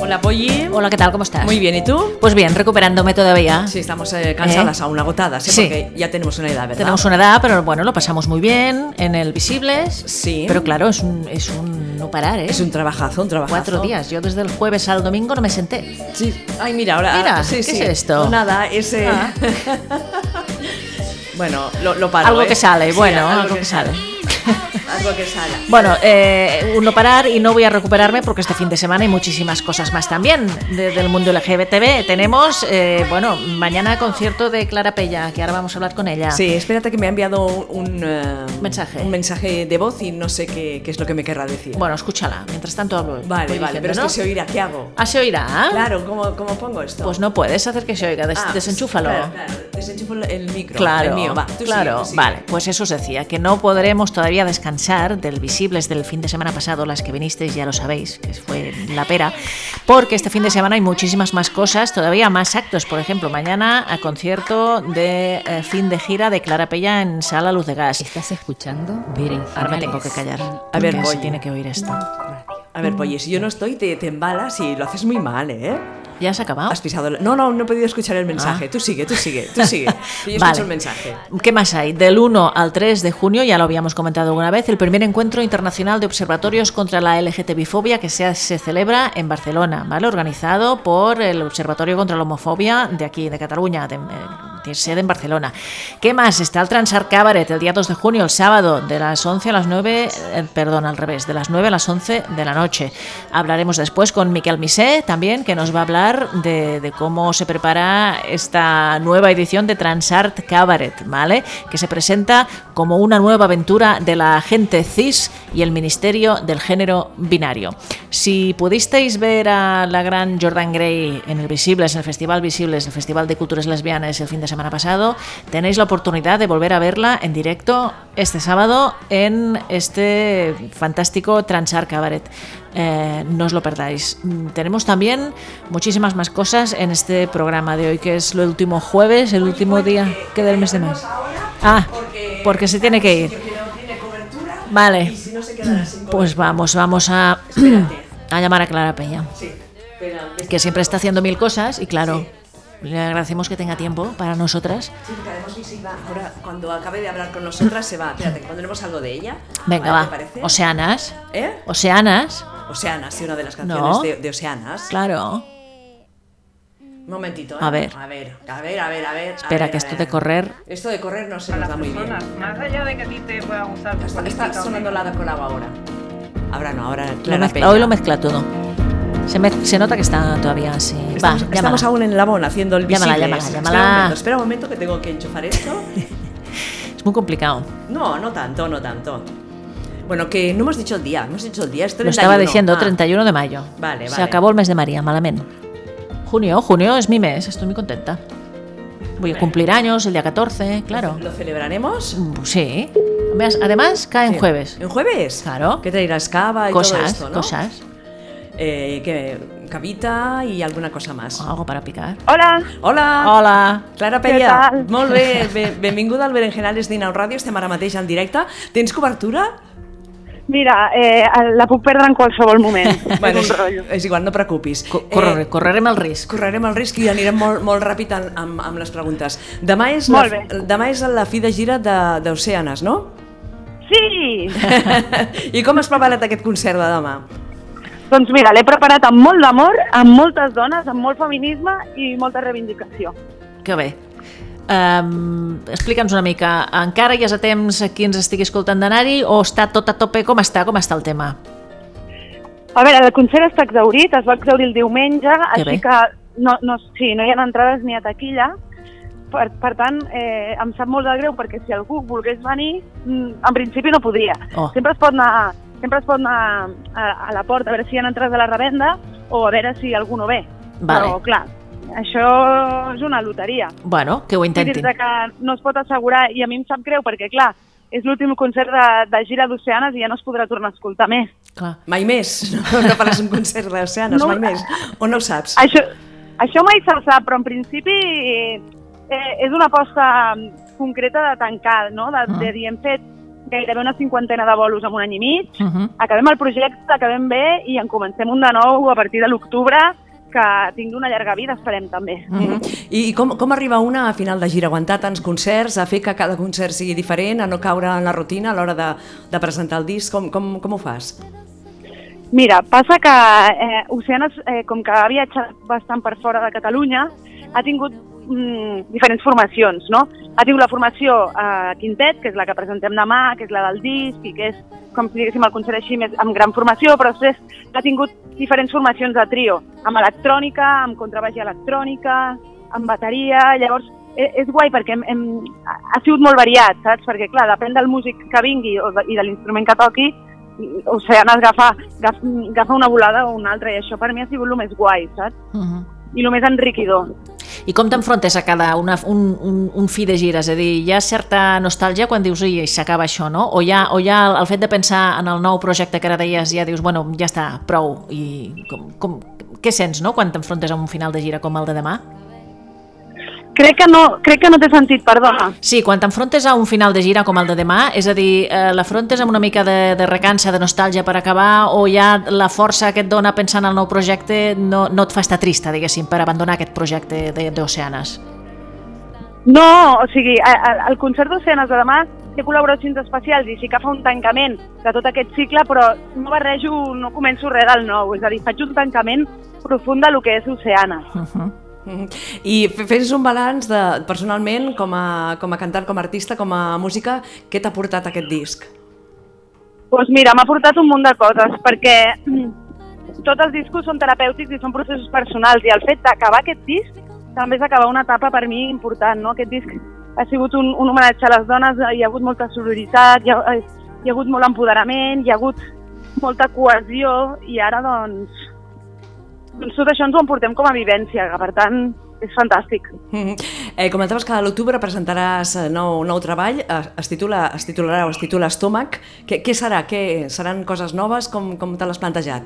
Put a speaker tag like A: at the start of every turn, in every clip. A: Hola, Polly.
B: Hola, ¿qué tal? ¿Cómo estás?
A: Muy bien, ¿y tú?
B: Pues bien, recuperándome todavía.
A: Sí, estamos eh, cansadas
B: ¿Eh?
A: aún, agotadas, ¿eh?
B: Sí.
A: porque ya tenemos una edad, ¿verdad?
B: Tenemos una edad, pero bueno, lo pasamos muy bien en el Visibles.
A: Sí.
B: Pero claro, es un, es un no parar, ¿eh?
A: Es un trabajazo, un trabajazo.
B: Cuatro días. Yo desde el jueves al domingo no me senté.
A: Sí. Ay, mira, ahora...
B: Mira,
A: sí,
B: ¿qué
A: sí.
B: es esto?
A: Pues nada, ese...
B: Ah.
A: bueno, lo, lo paro,
B: algo
A: ¿eh?
B: que sale,
A: Sí,
B: bueno, algo, que, sale.
A: Algo que sale.
B: Bueno, eh, un no parar y no voy a recuperarme porque este fin de semana hay muchísimas cosas más también de- del mundo LGBTB. Tenemos, eh, bueno, mañana concierto de Clara Pella, que ahora vamos a hablar con ella.
A: Sí, espérate que me ha enviado un... eh,
B: Ah. Mensaje.
A: Un mensaje de voz y no sé qué, qué es lo que me querrá decir.
B: Bueno, escúchala, mientras tanto hablo.
A: vale,
B: voy
A: vale,
B: diciendo,
A: pero es
B: ¿no?
A: que se oirá, ¿qué hago?
B: Ah, se oirá.
A: Claro, ¿cómo, ¿cómo pongo esto?
B: Pues no puedes hacer que se oiga, des-
A: Ah, pues,
B: desenchúfalo.
A: Claro, claro, desenchufo el micro,
B: Claro,
A: el mío, va. tú sigue,
B: claro,
A: tú sigue.
B: vale. Pues eso os decía, que no podremos todavía descansar del Visibles del fin de semana pasado, las que vinisteis ya lo sabéis, que fue la pera, porque este fin de semana hay muchísimas más cosas, todavía más actos. Por ejemplo, mañana a concierto de eh, fin de gira de Clara Pella en Sala Luz de Gas.
C: ¿Estás escuchando?
B: Ahora me tengo que callar.
A: A ver,
B: porque se
A: voy.
B: tiene que oír esto.
A: A ver, Polly, si yo
B: Mm.
A: no estoy, te, te embalas y lo haces muy mal, ¿eh?
B: ¿Ya has acabado?
A: Has pisado... la- No, no, no he podido escuchar el mensaje.
B: Ah.
A: Tú sigue, tú sigue, tú sigue. Que Yo escucho
B: Vale.
A: el mensaje.
B: ¿Qué más hay? Del 1 al 3 de junio, ya lo habíamos comentado alguna vez, el primer encuentro internacional de observatorios contra la LGTBIfobia que se, se celebra en Barcelona, ¿vale? Organizado por el Observatorio contra la Homofobia de aquí, de Cataluña, de- eh, tiene sede en Barcelona. ¿Qué más? Está el Transar Cabaret el día 2 de junio, el sábado, de las 11 a las 9, eh, perdón, al revés, de las 9 a las 11 de la noche. Hablaremos después con Miquel Misé también, que nos va a hablar de, de cómo se prepara esta nueva edición de Transart Cabaret, ¿vale? Que se presenta como una nueva aventura de la gente cis y el Ministerio del Género Binario. Si pudisteis ver a la gran Jordan Gray en el Visibles, en el Festival Visibles, el Festival de Culturas Lesbianas el fin de semana pasado, tenéis la oportunidad de volver a verla en directo este sábado en este fantástico Transar Cabaret. Eh, no os lo perdáis. Mm, Tenemos también muchísimas más cosas en este programa de hoy, que es el último jueves, el último día que del mes de mayo. Ah, porque se tiene que ir. Vale. Pues vamos, vamos a, a llamar a Clara Peña, que siempre está haciendo mil cosas y claro, le agradecemos que tenga tiempo para nosotras.
A: Ahora, cuando acabe de hablar con nosotras, se va. Espérate, pondremos algo de ella.
B: Venga,
A: ¿Vale,
B: va.
A: ¿Te parece?
B: Oceanas.
A: ¿Eh?
B: Oceanas.
A: Oceanas, sí, una de las canciones
B: No.
A: de, de Oceanas.
B: Claro.
A: Un momentito, ¿eh?
B: A ver.
A: A ver, a ver, a ver, a ver.
B: Espera, que esto de correr.
A: Esto de correr no se
D: a
A: nos
D: las
A: da muy bien.
D: personas, más allá de que a ti te pueda gustar tu
A: Está,
D: política
A: está
D: o no.
A: sonando la de Colau ahora. Ahora no, ahora
B: Lo
A: Clara
B: mezcla-
A: Peña.
B: hoy lo mezcla todo. Se, mez- se nota que está todavía así.
A: Estamos,
B: va,
A: estamos
B: llámala.
A: aún en Labón haciendo el
B: Llámala,
A: visible.
B: llámala,
A: Espera un
B: llámala.
A: momento, espera un momento que tengo que enchufar esto.
B: Es muy complicado.
A: No, no tanto, no tanto. Bueno, que no hemos dicho el día, no hemos dicho el día, es
B: Lo
A: 31.
B: estaba diciendo,
A: Ah,
B: 31 de mayo.
A: Vale,
B: Se
A: vale.
B: acabó el mes de María, malamente. Junio, junio es mi mes, estoy muy contenta. Voy a cumplir años el día 14, claro.
A: ¿Lo celebraremos?
B: Mm, Sí. Veas, Además, cae en
A: Sí.
B: jueves.
A: ¿En jueves?
B: Claro.
A: Que traerás cava y todo
B: Cosas,
A: esto, ¿no?
B: cosas.
A: Eh, que, cavita y alguna cosa más.
B: Algo para picar.
D: Hola,
A: Ah. Hola!
B: Hola.
A: Clara
D: Què
A: Pella,
D: tal?
A: molt bé, be- benvinguda al Berenjenales d'Inau Ràdio, estem ara mateix en directe. Tens cobertura?
D: mira, eh, la puc perdre en qualsevol moment. bueno,
A: és,
D: un rotllo.
A: és igual, no et preocupis. Eh,
B: Co- correré- correrem el risc.
A: Correrem el risc i anirem molt, molt ràpid en, amb, amb les preguntes. Demà és,
D: Molt
A: la,
D: bé.
A: demà és la fi de gira de- d'Oceanes, no?
D: Sí!
A: I com has preparat aquest concert de demà?
D: doncs mira, l'he preparat amb molt d'amor, amb moltes dones, amb molt feminisme i molta reivindicació.
B: Que bé. Um, Explica'ns una mica, encara hi és a temps a qui ens estigui escoltant d'anar-hi o està tot a tope? Com està? Com està el tema?
D: A veure, el concert està exaurit, es va exaurir el diumenge,
B: Que
D: així
B: bé.
D: que no, no, sí, no hi ha entrades ni a taquilla. Per, per tant, eh, em sap molt de greu perquè si algú volgués venir, mm, en principi no podria.
B: Oh.
D: Sempre es pot anar, sempre es pot anar a, a la porta a veure si hi ha entrades a la revenda o a veure si algú no ve.
B: Vale.
D: Però, clar, això és una loteria.
B: Bueno, que ho
D: Vull dir
B: intentin.
D: que no es pot assegurar, i a mi em sap greu perquè, clar, és l'últim concert de, de gira d'Oceanes i ja no es podrà tornar a escoltar més.
B: Clar.
A: Mai més? No, no faràs un concert d'Oceanes,
D: No.
A: mai més? O no ho saps?
D: Això, això mai se sap, però en principi eh, és una aposta concreta de tancar, no? De,
B: Ah.
D: de dir, hem fet gairebé una cinquantena de bolos en un any i mig,
B: Uh -huh.
D: acabem el projecte, acabem bé i en comencem un de nou a partir de l'octubre que tingui una llarga vida, esperem també.
A: Mhm. I com, com arriba una a final de gira? Aguantar tants concerts, a fer que cada concert sigui diferent, a no caure en la rutina a l'hora de, de presentar el disc? Com, com, com ho fas?
D: Mira, passa que eh, Oceanes, eh, com que ha viatjat bastant per fora de Catalunya, ha tingut mm, diferents formacions, no? Ha tingut la formació eh, Quintet, que és la que presentem demà, que és la del disc, i que és, com si diguéssim, el concert així més amb gran formació, però després ha tingut diferents formacions de trio, amb electrònica, amb contrabaix i electrònica, amb bateria, llavors eh, és guai perquè hem, hem, ha sigut molt variat, saps? Perquè, clar, depèn del músic que vingui o de, i de l'instrument que toqui, o sigui, anar agafa, agafa una volada o una altra i això per mi ha sigut el més guai, saps?
B: Mhm.
D: I el més enriquidor.
B: I com t'enfrontes a cada una, un, un, un fi de gira? És a dir, hi ha certa nostàlgia quan dius, i s'acaba això, no? O ja, o ja el, el fet de pensar en el nou projecte que ara deies, ja dius, bueno, ja està, prou. I com, com, què sents, no?, quan t'enfrontes a un final de gira com el de demà?
D: Crec que no, crec que no t'he sentit, perdona.
B: Sí, quan t'enfrontes a un final de gira com el de demà, és a dir, eh, l'afrontes amb una mica de, de recança, de nostàlgia per acabar, o ja la força que et dona pensant en el nou projecte no, no et fa estar trista, diguéssim, per abandonar aquest projecte de- d'Oceanes?
D: No, o sigui, a- a- al concert d'Oceanes de demà té col·laboracions especials i sí que fa un tancament de tot aquest cicle, però no barrejo, no començo res del nou, és a dir, faig un tancament profund del que és Oceanes.
B: Uh -huh.
A: Mhm. I fe- fes un balanç de, personalment, com a, com a cantant, com a artista, com a música, què t'ha portat aquest disc?
D: Doncs mira, m'ha portat un munt de coses, perquè mm, tots els discos són terapèutics i són processos personals, i el fet d'acabar aquest disc també és acabar una etapa per mi important, no? Aquest disc ha sigut un, un homenatge a les dones, hi ha hagut molta sororitat, hi ha, eh, hi ha hagut molt empoderament, hi ha hagut molta cohesió, i ara, doncs, doncs tot això ens ho emportem com a vivència, que per tant és fantàstic.
A: Mhm. Eh, comentaves que a l'octubre presentaràs eh, nou, nou treball, eh, es, titula, es titularà o es titula Estómac. Què, què serà? Què, seran coses noves? Com, com te l'has plantejat?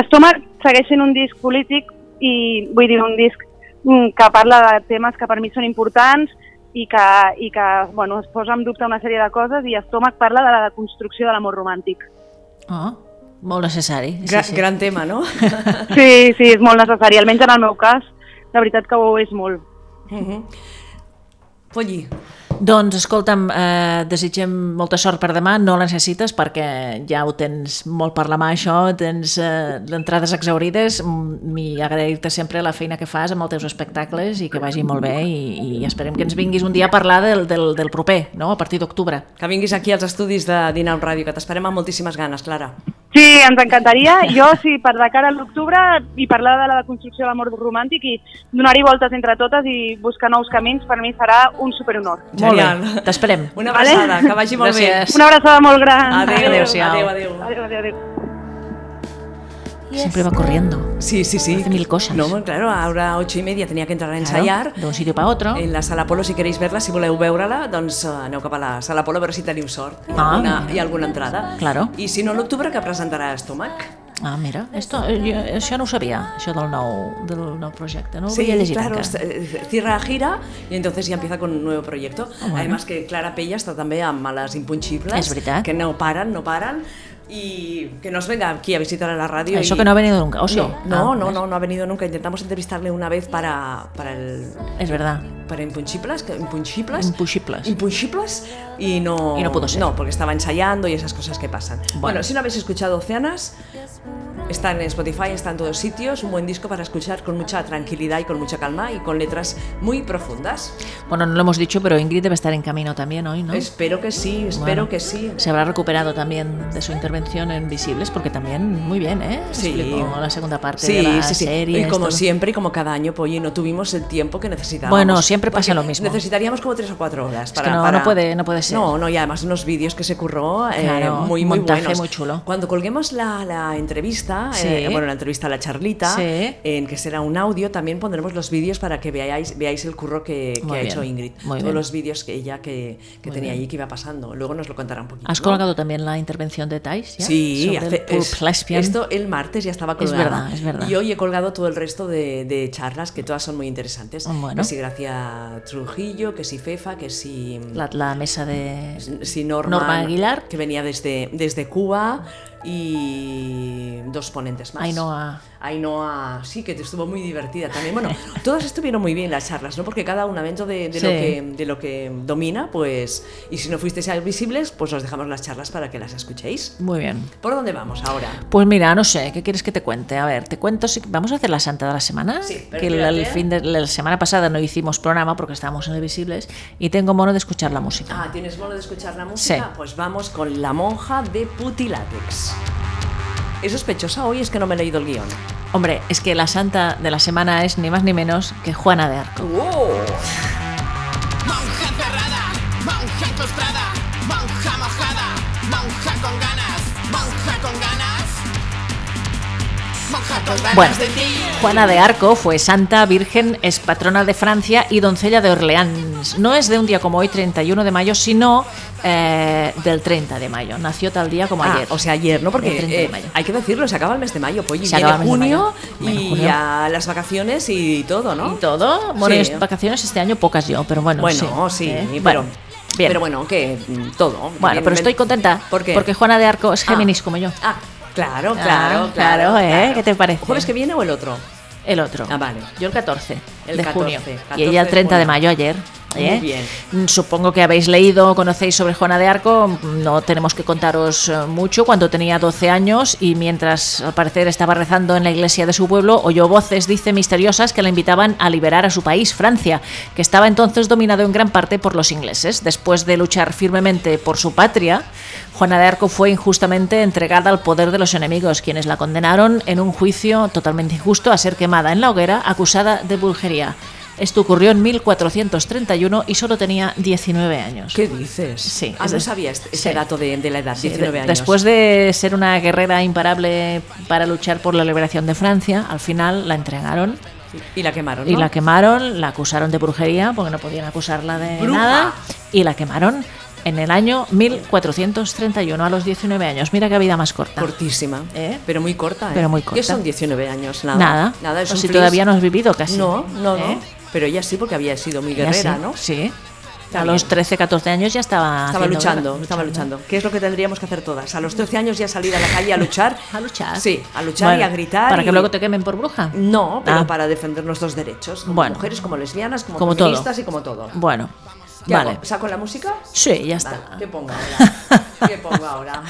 D: Estómac segueix sent un disc polític i vull dir un disc mm, que parla de temes que per mi són importants i que, i que bueno, es posa en dubte una sèrie de coses i Estómac parla de la construcció de l'amor romàntic.
B: Oh, molt necessari. Sí,
A: Gra
B: sí.
A: Gran tema, no?
D: Sí, sí, és molt necessari, almenys en el meu cas, la veritat que ho és molt.
A: Mhm. Polly,
B: Doncs escolta'm, eh, desitgem molta sort per demà, no la necessites perquè ja ho tens molt per la mà això, tens eh, entrades exaurides mm, i agrair-te sempre la feina que fas amb els teus espectacles i que vagi molt bé i, i esperem que ens vinguis un dia a parlar del, del, del proper, no? a partir d'octubre.
A: que vinguis aquí als estudis de Dinam Ràdio, que t'esperem amb moltíssimes ganes, Clara.
D: Sí, ens encantaria. Jo, sí, per de cara a l'octubre i parlar de la construcció de l'amor romàntic i donar-hi voltes entre totes i buscar nous camins, per mi serà un superhonor.
B: Molt bé,
A: Genial.
B: t'esperem.
A: Una abraçada, que vagi molt
B: Gràcies.
D: Una abraçada molt gran.
A: bé. Adéu,
B: Adéu-siau.
A: adéu, adéu.
D: Adéu, adéu, adéu.
B: Siempre va corriendo.
A: Sí, sí, sí.
B: Hace mil cosas.
A: No, bueno, claro, ahora ocho y media tenía que entrar a ensayar.
B: de un sitio para otro.
A: En la sala Polo, si queréis verla, si voleu veure-la, doncs eh, aneu cap a la sala Polo a veure si teniu sort i,
B: Ah.
A: alguna, i alguna entrada.
B: Claro.
A: I si no, a l'octubre que presentarà Estómac.
B: Ah, mira, esto, jo, això no ho sabia, això del nou, del nou projecte, no ho
A: sí,
B: havia llegit
A: claro,
B: encara.
A: eh, cierra gira y entonces ya empieza con un nuevo proyecto. Además que Clara Pella está también a malas impunchibles.
B: Ah, Es verdad.
A: Que no paran, no paran. Y que nos venga aquí a visitar a la radio.
B: Eso
A: y-
B: que no ha venido nunca, o sí?
A: No, no,
B: Ah,
A: no,
B: ves.
A: no, no ha venido nunca. Intentamos entrevistarle una vez para, para el...
B: Es verdad.
A: Para impunchibles, que- impunchibles,
B: Impunxibles.
A: impunchibles, y no,
B: Y no pudo ser.
A: No, porque estaba ensayando y esas cosas que pasan. Bueno, si no habéis escuchado Oceanas, está en Spotify, está en todos sitios, un buen disco para escuchar con mucha tranquilidad y con mucha calma y con letras muy profundas.
B: Bueno, no lo hemos dicho, pero Ingrid debe estar en camino también hoy, ¿no?
A: Espero que sí, espero
B: Bueno,
A: que sí.
B: Se habrá recuperado también de su intervención en Visibles, porque también muy bien, ¿eh?
A: Sí.
B: Explicó la segunda parte
A: Sí,
B: de la
A: sí, sí.
B: serie.
A: y como
B: esto.
A: siempre y como cada año, Polly, no tuvimos el tiempo que necesitábamos.
B: Bueno, siempre
A: Porque
B: pasa lo mismo.
A: Necesitaríamos como tres o cuatro horas para...
B: que no,
A: para-
B: no puede- no puede ser.
A: No, no, y además unos vídeos que se curró eh,
B: Claro,
A: muy,
B: un
A: muy
B: montaje
A: buenos.
B: muy chulo.
A: Cuando colguemos la, la entrevista,
B: Sí.
A: eh, bueno, la entrevista a la charlita,
B: Sí.
A: en que será un audio, también pondremos los vídeos para que veáis, veáis el curro que, que
B: Muy
A: ha
B: bien,
A: hecho Ingrid.
B: muy
A: Todos
B: bien.
A: los vídeos que ella que, que tenía allí que iba pasando. Luego nos lo contará un poquito.
B: ¿Has
A: ¿no?
B: colgado también la intervención de Thais? ya?
A: Sí,
B: Sobre el
A: hace-
B: pulp
A: es-
B: lesbian.
A: esto el martes ya estaba
B: Es
A: colgada.
B: verdad, es verdad.
A: Y hoy he colgado todo el resto de, de charlas que todas son muy interesantes.
B: Mm, Bueno.
A: Que si Gracia Trujillo, que si Fefa, que si, mm,
B: La, la mesa de...
A: si Norma,
B: Norma Aguilar.
A: que venía desde, desde Cuba, y dos ponentes más.
B: Ainhoa.
A: Ainhoa, sí, que estuvo muy divertida también. Bueno, todas estuvieron muy bien las charlas, ¿no? Porque cada una dentro de, de
B: Sí.
A: lo, que, de lo que domina, pues, y si no fuisteis a visibles, pues os dejamos las charlas para que las escuchéis.
B: Muy bien.
A: ¿Por dónde vamos ahora?
B: Pues mira, no sé, ¿qué quieres que te cuente? A ver, te cuento si vamos a hacer la santa de la semana.
A: Sí, pero
B: que la, el
A: espérate.
B: fin de, la semana pasada no hicimos programa porque estábamos en el Visibles y tengo mono de escuchar la música.
A: Ah, ¿tienes modo de escuchar la música?
B: Sí.
A: Pues vamos con La monja de Putilátex. Es sospechosa hoy, es que no me he leído el guión.
B: Hombre, es que la santa de la semana es ni más ni menos que Juana de Arco.
C: Monja cerrada, monja encostrada, monja mojada, monja con ganas, monja con ganas. Monja con ganas
B: Bueno,
C: de ti.
B: Juana de Arco fue santa, virgen, es patrona de Francia y doncella de Orleans. No es de un día como hoy, 31 de mayo, sino eh, del 30 de mayo. Nació tal día como
A: Ah,
B: ayer.
A: o sea, ayer, ¿no?
B: El
A: Porque
B: 30 de
A: eh,
B: mayo.
A: hay que decirlo, se acaba el mes de mayo, pollo, y
B: Se
A: viene
B: acaba el mes de
A: junio
B: mayo. Bueno,
A: y
B: junio.
A: ya las vacaciones y todo, ¿no?
B: y todo. Bueno,
A: Sí.
B: y est- vacaciones este año pocas yo, pero bueno.
A: Bueno, sí,
B: ¿eh?
A: pero,
B: bueno, bien.
A: pero bueno, que mm, todo.
B: Bueno,
A: Bien,
B: pero
A: ven-
B: estoy contenta
A: ¿Por qué?
B: porque Juana de Arco es
A: Ah.
B: Géminis como yo.
A: Ah, claro,
B: Ah,
A: claro, claro.
B: claro, ¿eh? ¿Qué te parece?
A: ¿Jueves que viene o el otro?
B: El otro.
A: Ah, vale.
B: Yo el 14
A: El
B: de
A: 14,
B: junio.
A: 14
B: y ella el
A: de
B: 30 de
A: junio.
B: mayo ayer.
A: Muy
B: ¿eh?
A: bien.
B: Mm, Supongo que habéis leído o conocéis sobre Juana de Arco. No tenemos que contaros eh, mucho. Cuando tenía 12 años y mientras al parecer estaba rezando en la iglesia de su pueblo, oyó voces, dice, misteriosas que la invitaban a liberar a su país, Francia, que estaba entonces dominado en gran parte por los ingleses. Después de luchar firmemente por su patria, Juana de Arco fue injustamente entregada al poder de los enemigos, quienes la condenaron en un juicio totalmente injusto a ser quemada en la hoguera, acusada de brujería. Esto ocurrió en 1431 y solo tenía 19 años.
A: ¿Qué dices?
B: Sí,
A: Ah,
B: es
A: no
B: de-
A: sabía este,
B: sí.
A: ese dato de, de la edad,
B: Sí, de-
A: 19 años.
B: Después de ser una guerrera imparable para luchar por la liberación de Francia, al final la entregaron
A: Y la quemaron,
B: y
A: ¿no?
B: la quemaron, la acusaron de brujería porque no podían acusarla de
A: Bruja.
B: nada y la quemaron en el año 1431 a los 19 años. Mira qué vida más corta.
A: Cortísima,
B: ¿Eh?
A: pero muy corta. ¿eh?
B: Pero muy corta.
A: ¿Qué son 19 años? Nada.
B: Nada.
A: Nada, es
B: O
A: un
B: si
A: frizz.
B: todavía no has vivido casi.
A: No, no,
B: ¿Eh?
A: no. Pero ella sí, porque había sido muy
B: Ella
A: guerrera,
B: sí,
A: ¿no?
B: Sí.
A: Está
B: A los
A: bien.
B: 13, 14 años ya
A: Estaba
B: estaba haciendo
A: luchando,
B: guerra,
A: estaba luchando. ¿Qué es lo que tendríamos que hacer todas? A los 13 años ya salir a la calle a luchar.
B: A luchar.
A: Sí, a luchar y
B: Bueno,
A: a gritar.
B: Para
A: y- Mm.
B: que luego te quemen por bruja.
A: No, pero
B: Ah.
A: para defender nuestros derechos. Como
B: Bueno.
A: mujeres, como lesbianas, como,
B: Como todo.
A: feministas y como todo.
B: Bueno,
A: ¿Qué
B: vale.
A: hago? ¿Saco la música?
B: Sí,
A: Vale,
B: ya está.
A: ¿Qué pongo ahora? ¿Qué pongo ahora?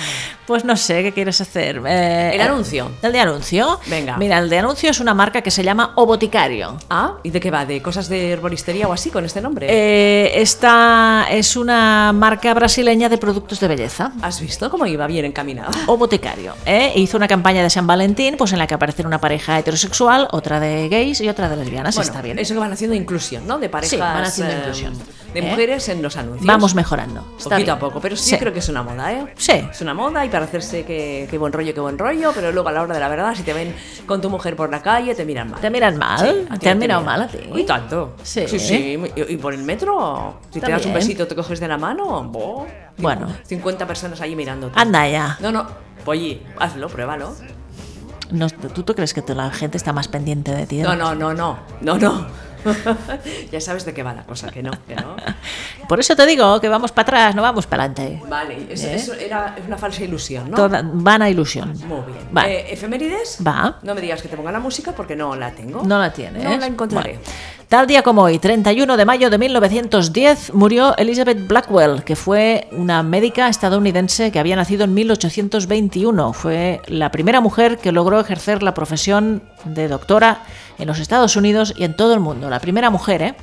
B: Pues no sé, ¿qué quieres hacer? Eh,
A: El anuncio.
B: El de anuncio.
A: Venga.
B: Mira, el de anuncio es una marca que se llama O Boticario.
A: Ah, ¿y de qué va? ¿De cosas de herboristería o así con este nombre?
B: Eh, esta es una marca brasileña de productos de belleza.
A: ¿Has visto cómo iba bien encaminada?
B: O Boticario. ¿eh? Hizo una campaña de San Valentín pues en la que aparecen una pareja heterosexual, otra de gays y otra de lesbianas.
A: Bueno,
B: Está bien.
A: Eso que van haciendo inclusión, ¿no? De parejas.
B: Sí, van haciendo
A: eh,
B: inclusión.
A: De
B: ¿Eh?
A: mujeres en los anuncios.
B: Vamos mejorando. Está
A: poquito
B: bien.
A: a poco, pero sí,
B: Sí.
A: creo que es una moda, ¿eh?
B: Sí.
A: Es una moda y para hacerse que, que buen rollo, que buen rollo, pero luego a la hora de la verdad, si te ven con tu mujer por la calle, te miran mal.
B: ¿Te miran mal?
A: Sí, a ti no
B: ¿Te han mirado mal a ti?
A: Uy, tanto.
B: Sí.
A: Sí, sí. ¿Y, y por el metro? Si te das un
B: También.
A: besito, te coges de la mano. bo,
B: Bueno.
A: 50 personas allí mirándote.
B: Anda eh. ya.
A: No, no. Polly, hazlo, pruébalo.
B: No, ¿Tú, tú crees que te- la gente está más pendiente de ti?
A: No, no, no, no. No, no. ya sabes de qué va la cosa, que no, que no.
B: Por eso te digo que vamos para atrás, no vamos para adelante.
A: Vale, eso,
B: ¿Eh?
A: eso era una falsa ilusión, ¿no?
B: Toda- van a ilusión.
A: Muy bien.
B: Va.
A: Eh, ¿Efemérides?
B: Va.
A: No me digas que te ponga la música porque no la tengo.
B: No la tienes.
A: No la encontraré.
B: Bueno. Tal día como hoy, 31 de mayo de 1910, murió Elizabeth Blackwell, que fue una médica estadounidense que había nacido en 1821. Fue la primera mujer que logró ejercer la profesión de doctora en los Estados Unidos y en todo el mundo. La primera mujer, ¿eh?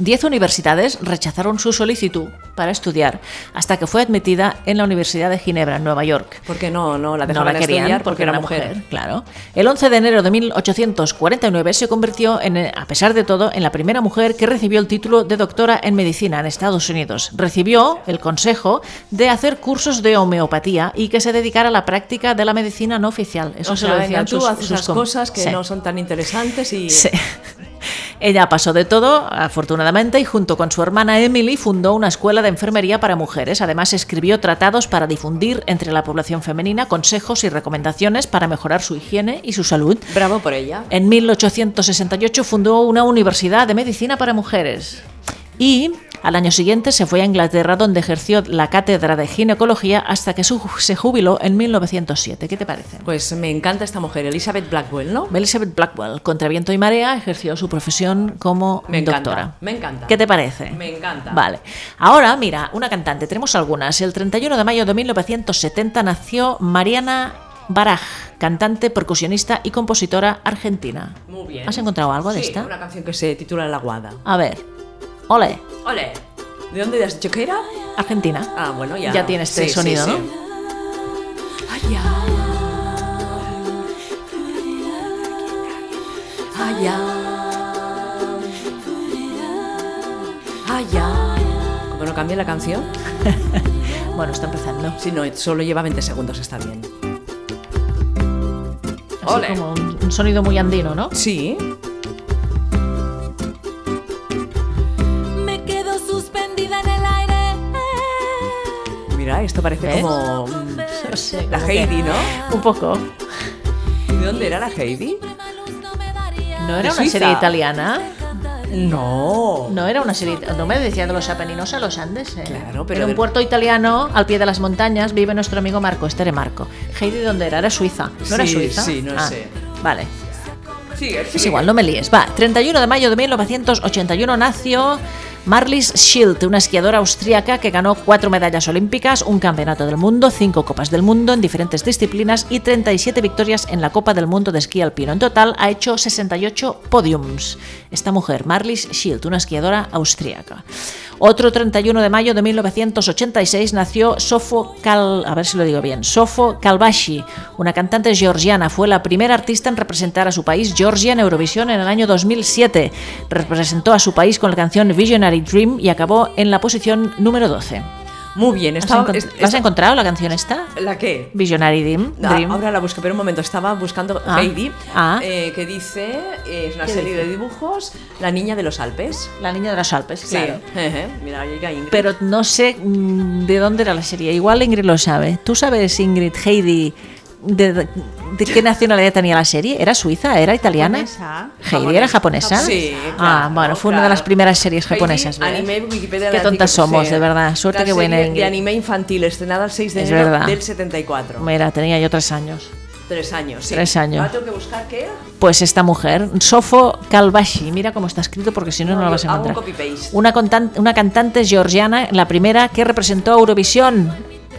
B: Diez universidades rechazaron su solicitud para estudiar, hasta que fue admitida en la Universidad de Ginebra, en Nueva York
A: Porque no, no la dejaban
B: no la querían
A: estudiar
B: porque, era mujer. Claro. El 11 de enero de 1849 se convirtió, en, eh, a pesar de todo, en la primera mujer que recibió el título de doctora en medicina en Estados Unidos. Recibió el consejo de hacer cursos de homeopatía y que se dedicara a la práctica de la medicina no oficial. Eso
A: O
B: se
A: sea,
B: lo
A: venga,
B: decían
A: tú
B: sus,
A: haces
B: sus
A: esas
B: com-
A: cosas que
B: Sí.
A: no son tan interesantes y...
B: Sí. Ella pasó de todo, afortunadamente, y junto con su hermana Emily fundó una escuela de enfermería para mujeres. Además, escribió tratados para difundir entre la población femenina consejos y recomendaciones para mejorar su higiene y su salud.
A: Bravo por ella.
B: En 1868 fundó una universidad de medicina para mujeres. Y Al año siguiente se fue a Inglaterra donde ejerció la cátedra de ginecología hasta que su- se jubiló en 1907. ¿Qué te parece?
A: Pues me encanta esta mujer, Elizabeth Blackwell, ¿no?
B: Elizabeth Blackwell, contra viento y marea, ejerció su profesión como
A: Me encanta,
B: doctora.
A: me encanta.
B: ¿Qué te parece?
A: Me encanta.
B: Vale. Ahora, mira, una cantante, tenemos algunas. El 31 de mayo de 1970 nació Mariana Baraj, cantante, percusionista y compositora argentina.
A: Muy bien.
B: ¿Has encontrado algo de
A: Sí,
B: esta?
A: Una canción que se titula La Guada.
B: A ver. Ole,
A: Ole, ¿de dónde has dicho que era?
B: Argentina.
A: Ah, bueno, ya.
B: Ya tienes este
A: Sí, sí,
B: sonido,
A: sí.
B: ¿no?
A: Ay, ay. Ay, ay. Ay, ay. Como no cambia la canción,
B: Bueno, está empezando. Así
A: si no, solo lleva 20 segundos, está bien. Ole.
B: como un, un sonido muy andino, ¿no?
A: Sí,
E: Me quedo suspendida en el aire.
A: mira, esto parece
B: ¿Ves?
A: como mm,
B: Sí,
A: la
B: como que-
A: Heidi, ¿no?
B: Un poco.
A: ¿De dónde era la Heidi?
B: ¿No era
A: De
B: una
A: Suiza.
B: serie italiana?
A: No.
B: No era una serie. No me decía de los Apeninos a los Andes. eh.
A: Claro, pero
B: En un
A: del-
B: puerto italiano, al pie de las montañas, vive nuestro amigo Marco, Estere Marco. Heidi, ¿dónde era? Era Suiza. ¿No era
A: Sí,
B: Suiza? Ah,
A: sí, no sé.
B: Vale.
A: Sigue,
B: Es
A: sigue.
B: Pues igual, no me líes. Va, 31 de mayo de 1981 nació Marlies Schild, una esquiadora austríaca que ganó cuatro medallas olímpicas, un campeonato del mundo, cinco copas del mundo en diferentes disciplinas y 37 victorias en la Copa del Mundo de Esquí Alpino. En total ha hecho 68 podiums. Esta mujer, Marlies Schild, una esquiadora austríaca. Otro 31 de mayo de 1986 nació Sofo Kal, a ver si lo digo bien, Sofo Kalbashi, una cantante georgiana, fue la primera artista en representar a su país Georgia en Eurovisión en el año 2007. Representó a su país con la canción Visionary Dream y acabó en la posición número 12.
A: Muy bien,
B: ¿Has
A: estaba,
B: encon-
A: es-
B: ¿la has encontrado la canción esta?
A: ¿La qué?
B: Visionary Dream.
A: Ah,
B: Dream.
A: ahora la busco, pero un momento, estaba buscando
B: Ah,
A: Heidi,
B: ah.
A: eh, que dice, eh, es una
B: ¿Qué
A: serie
B: dice?
A: de dibujos, La niña de los Alpes.
B: La niña de las Alpes, claro.
A: Sí, jeje, mira, ahí llega Ingrid.
B: Pero no sé mm, de dónde era la serie. Igual Ingrid lo sabe. ¿Tú sabes, Ingrid, Heidi, de, de- de qué nacionalidad tenía la serie? ¿Era suiza? ¿Era italiana?
F: Japonesa.
B: Heidi era japonesa.
A: Sí,
B: ah,
A: claro,
B: bueno, fue una de
A: claro.
B: las primeras series
A: Heidi,
B: japonesas. ¿ves?
A: anime, Wikipedia,
B: Qué
A: la
B: tontas
A: antigua-
B: somos,
A: sí.
B: de verdad. Suerte
A: La
B: que buena
A: serie
B: Ingrid.
A: De anime infantil, estrenada el 6 de
B: Es
A: enero
B: verdad.
A: del 74.
B: Mira, tenía yo tres años.
A: Tres años, sí.
B: Tres años.
A: Ahora tengo que buscar qué.
B: Pues esta mujer, Sofo Kalbashi, mira cómo está escrito porque si no, no,
A: No,
B: lo
A: yo
B: vas a
A: hago un
B: encontrar.
A: copy-paste.
B: Una, contan- una cantante georgiana, la primera que representó a Eurovisión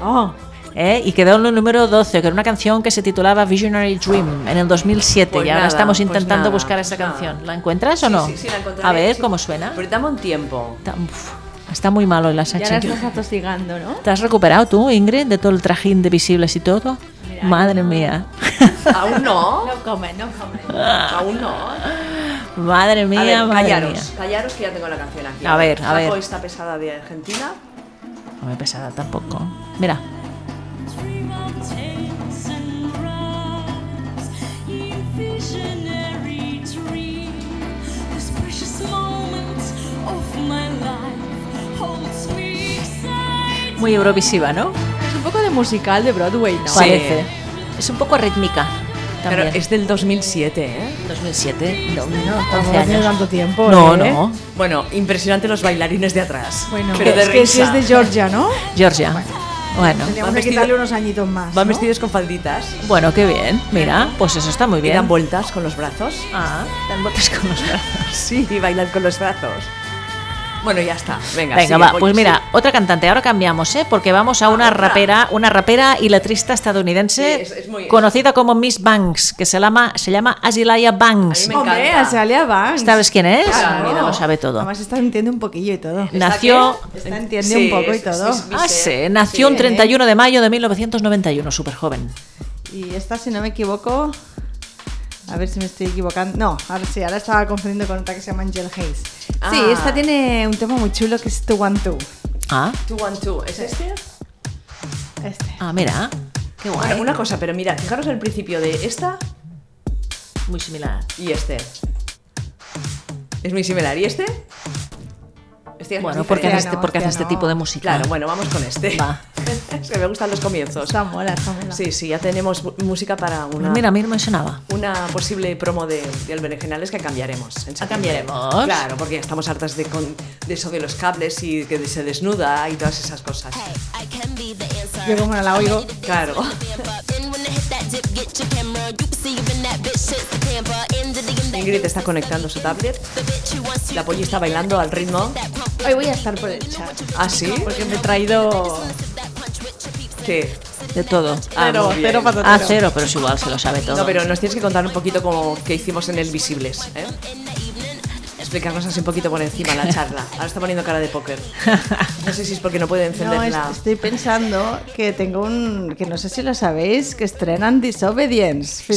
A: Oh,
B: ¿eh? y quedó en el número 12, que era una canción que se titulaba Visionary Dream en el 2007
A: Pues
B: y ahora
A: nada,
B: estamos
A: pues
B: intentando
A: nada,
B: buscar
A: pues
B: esa
A: nada.
B: canción. ¿La encuentras o no?
A: Sí, sí, la encontraré,
B: a ver
A: sí.
B: cómo suena.
A: Pero dame un tiempo.
B: Está, uf, está muy malo el
F: Y ahora
B: Sacha.
F: estás atosigando, ¿no?
B: ¿Te has recuperado tú, Ingrid, de todo el trajín de visibles y todo? Madre mía.
A: Aún no.
F: No comes, no comes.
A: Aún no.
B: madre mía,
A: A ver,
B: madre mía.
A: callaros, callaros que ya tengo la canción aquí.
B: A ver, a
A: Saco
B: ver.
A: esta pesada de Argentina.
B: No me pesada tampoco. Mira. Muy eurovisiva, ¿no?
F: Es un poco de musical de Broadway, ¿no?
A: Sí.
B: Parece. Es un poco rítmica. También.
A: Pero es del 2007, ¿eh?
B: 2007. No, no,
F: Tampoco
B: 11
F: tiene
B: años.
F: tanto tiempo.
B: No,
F: ¿eh?
B: no.
A: Bueno, impresionante los bailarines de atrás.
F: Bueno,
A: pero de
F: es que si
A: risa.
F: es de Georgia, ¿no?
B: Georgia. Bueno.
F: Teníamos
A: Van
F: que
A: vestido-
F: quitarle unos añitos más.
A: Van
F: ¿no?
A: vestidos con falditas
B: Bueno, qué bien. Mira, pues eso está muy
A: y dan
B: bien.
A: vueltas con los brazos.
B: Ah, dan vueltas con los brazos.
A: Sí, y bailan con los brazos. Bueno, ya está. Venga,
B: Venga,
A: sigue,
B: va.
A: voy,
B: Pues
A: sí.
B: mira, otra cantante. Ahora cambiamos, ¿eh? Porque vamos a una
A: otra.
B: rapera, una rapera y letrista estadounidense
A: Sí, es- es muy-
B: conocida como Miss Banks, que se llama, se llama Asilaya Banks.
A: me
F: Hombre,
A: encanta.
F: Azalea Banks.
B: ¿Sabes quién es?
A: Claro.
B: Mira, lo sabe todo.
F: Además, está entiende un poquillo y todo.
A: ¿Esta
B: nació-
A: qué?
F: Esta entiende
A: Sí,
F: un poco y
A: es-
F: todo.
A: es- es-
B: Ah,
A: dice-
B: sí, nació un
F: Sí, ¿eh?
B: 31 de mayo de 1991, súper joven.
F: Y esta, si no me equivoco, a ver si me estoy equivocando. No, ahora sí, ahora estaba confundiendo con otra que se llama Angel Hayes. Sí,
A: Ah.
F: esta tiene un tema muy chulo que es Two One Two.
B: Ah,
A: Two, one, two. ¿Es este?
F: Este.
B: ah mira. Qué
A: Bueno,
B: guay.
A: una cosa, pero mira, fijaros el principio de esta
B: Muy similar.
A: y este. Es muy similar. ¿Y este? Este diferencias.
B: Bueno,
A: las
B: porque hace
A: diferencias.
F: no,
B: este, porque hace
F: hostia,
B: este
F: no.
B: tipo de música.
A: Claro, bueno, vamos con este.
B: Va.
A: es que me gustan los comienzos.
F: Está mola, está mola.
A: Sí, sí, ya tenemos mu- música para una,
B: Mira, a mí no me sonaba.
A: una posible promo de, del Berenjenales que cambiaremos. en septiembre.
B: cambiaremos.
A: Claro, porque ya estamos hartas de, con- de eso de los cables y que se desnuda y todas esas cosas.
F: Yo como no la oigo,
A: Claro. Ingrid está conectando su tablet. La Polly está bailando al ritmo.
F: hoy voy a estar por el chat.
A: ¿Ah, sí?
F: Porque me he traído
A: ¿Qué?
B: De todo.
A: Ah,
F: cero,
A: muy bien.
F: cero patatero.
B: Ah, cero, pero es igual, se lo sabe todo.
A: No, pero nos tienes que contar un poquito como que hicimos en el Visibles, ¿eh? Explicarnos así un poquito por encima la charla. Ahora está poniendo cara de póker. No sé si es porque no puede encender
F: No, es-
A: la...
F: estoy pensando que tengo un... que no sé si lo sabéis, que estrenan Disobedience,
A: Sí,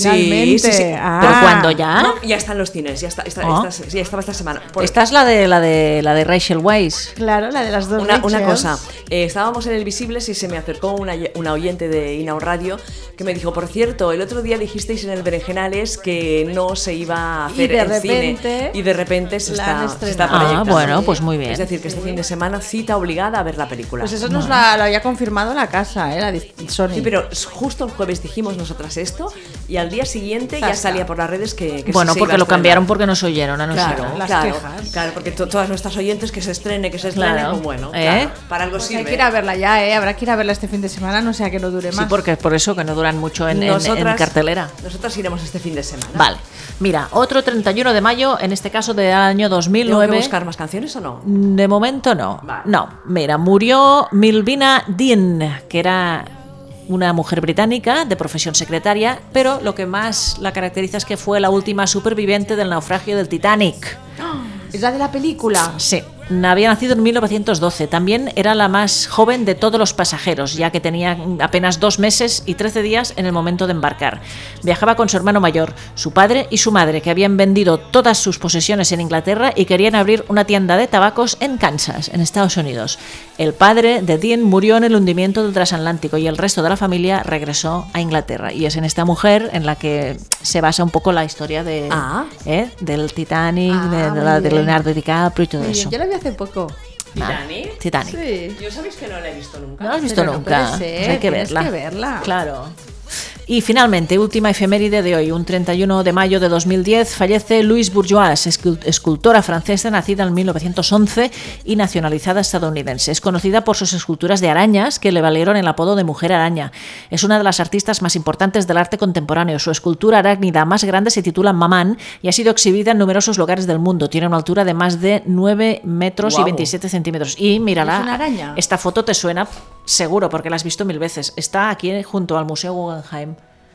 A: sí,
F: finalmente.
A: sí.
F: Ah.
B: ¿Pero cuándo ya?
A: No, ya está en los cines, ya está, está-
B: Ah.
A: está- ya estaba esta semana. Por-
B: Esta es la de, la de, la de Rachel Weisz.
F: Claro, la de las dos
A: Una, una
F: Rachels.
A: cosa, eh, estábamos en el Visibles y se me acercó una, una oyente de Inao Radio que me dijo, por cierto, el otro día dijisteis en el Berenjenales que no se iba a
F: Y
A: hacer
F: de
A: en cine
F: repente
A: y de repente se
F: la han
A: está, se está
F: estrenado. Ah,
A: proyectando".
B: bueno, pues muy bien.
A: Es decir, que este fin de semana cita obligada a ver la película.
F: Pues eso nos la, lo había confirmado la casa, eh, la dis- Sony.
A: Sí, pero justo el jueves dijimos nosotras esto y al día siguiente ya
F: Zasca.
A: salía por las redes que... que
B: Bueno,
A: sí se
B: porque
A: iba a
B: lo cambiaron
A: estrenar.
B: porque nos oyeron a nosotros.
A: Claro,
F: Las
A: claro,
F: quejas.
A: claro, porque to- todas nuestras oyentes que se estrene, que se estrene,
B: Claro.
A: pues bueno,
B: ¿Eh?
A: claro, para algo
F: Pues hay
A: sirve.
F: que ir a verla ya, eh. Habrá que ir a verla este fin de semana, no sea que no dure
B: Sí,
F: más.
B: porque es por eso que no duran mucho en, en- en cartelera.
A: Nosotras iremos este fin de semana.
B: Vale. Mira, otro 31 de mayo, en este caso del año
A: ¿Tengo
B: 2009.
A: que buscar más canciones o no?
B: De momento no.
A: Vale.
B: No, mira, murió Milvina Dean, que era una mujer británica de profesión secretaria, pero lo que más la caracteriza es que fue la última superviviente del naufragio del Titanic.
F: Es la de la película.
B: Sí, había nacido en 1912. También era la más joven de todos los pasajeros, ya que tenía apenas dos meses y 13 días en el momento de embarcar. Viajaba con su hermano mayor, su padre y su madre, que habían vendido todas sus posesiones en Inglaterra y querían abrir una tienda de tabacos en Kansas, en Estados Unidos. El padre de Dean murió en el hundimiento del transatlántico y el resto de la familia regresó a Inglaterra. Y es en esta mujer en la que se basa un poco la historia de,
A: Ah.
B: ¿eh? del Titanic,
F: Ah,
B: de, de
F: muy
B: la- de
F: bien.
B: Leonardo DiCaprio y todo
F: Muy bien,
B: eso.
F: Yo la vi hace poco.
B: Nada.
A: ¿Titanic?
B: Titanic.
F: Sí.
A: Yo sabéis que no la he visto nunca.
B: No lo has visto
F: Pero no
B: nunca.
F: puede ser,
B: Pues hay que
F: tienes
B: verla.
F: que verla.
B: Claro. Y finalmente, última efeméride de hoy, un 31 de mayo de 2010, fallece Louise Bourgeois, escul- escultora francesa nacida en 1911 y nacionalizada estadounidense. Es conocida por sus esculturas de arañas que le valieron el apodo de Mujer Araña. Es una de las artistas más importantes del arte contemporáneo. Su escultura arácnida más grande se titula Mamán y ha sido exhibida en numerosos lugares del mundo. Tiene una altura de más de 9 metros y
A: Guau.
B: 27 centímetros. Y mírala.
F: ¿Es una araña?
B: Esta foto te suena seguro porque la has visto mil veces. Está aquí eh, junto al Museo Guggenheim.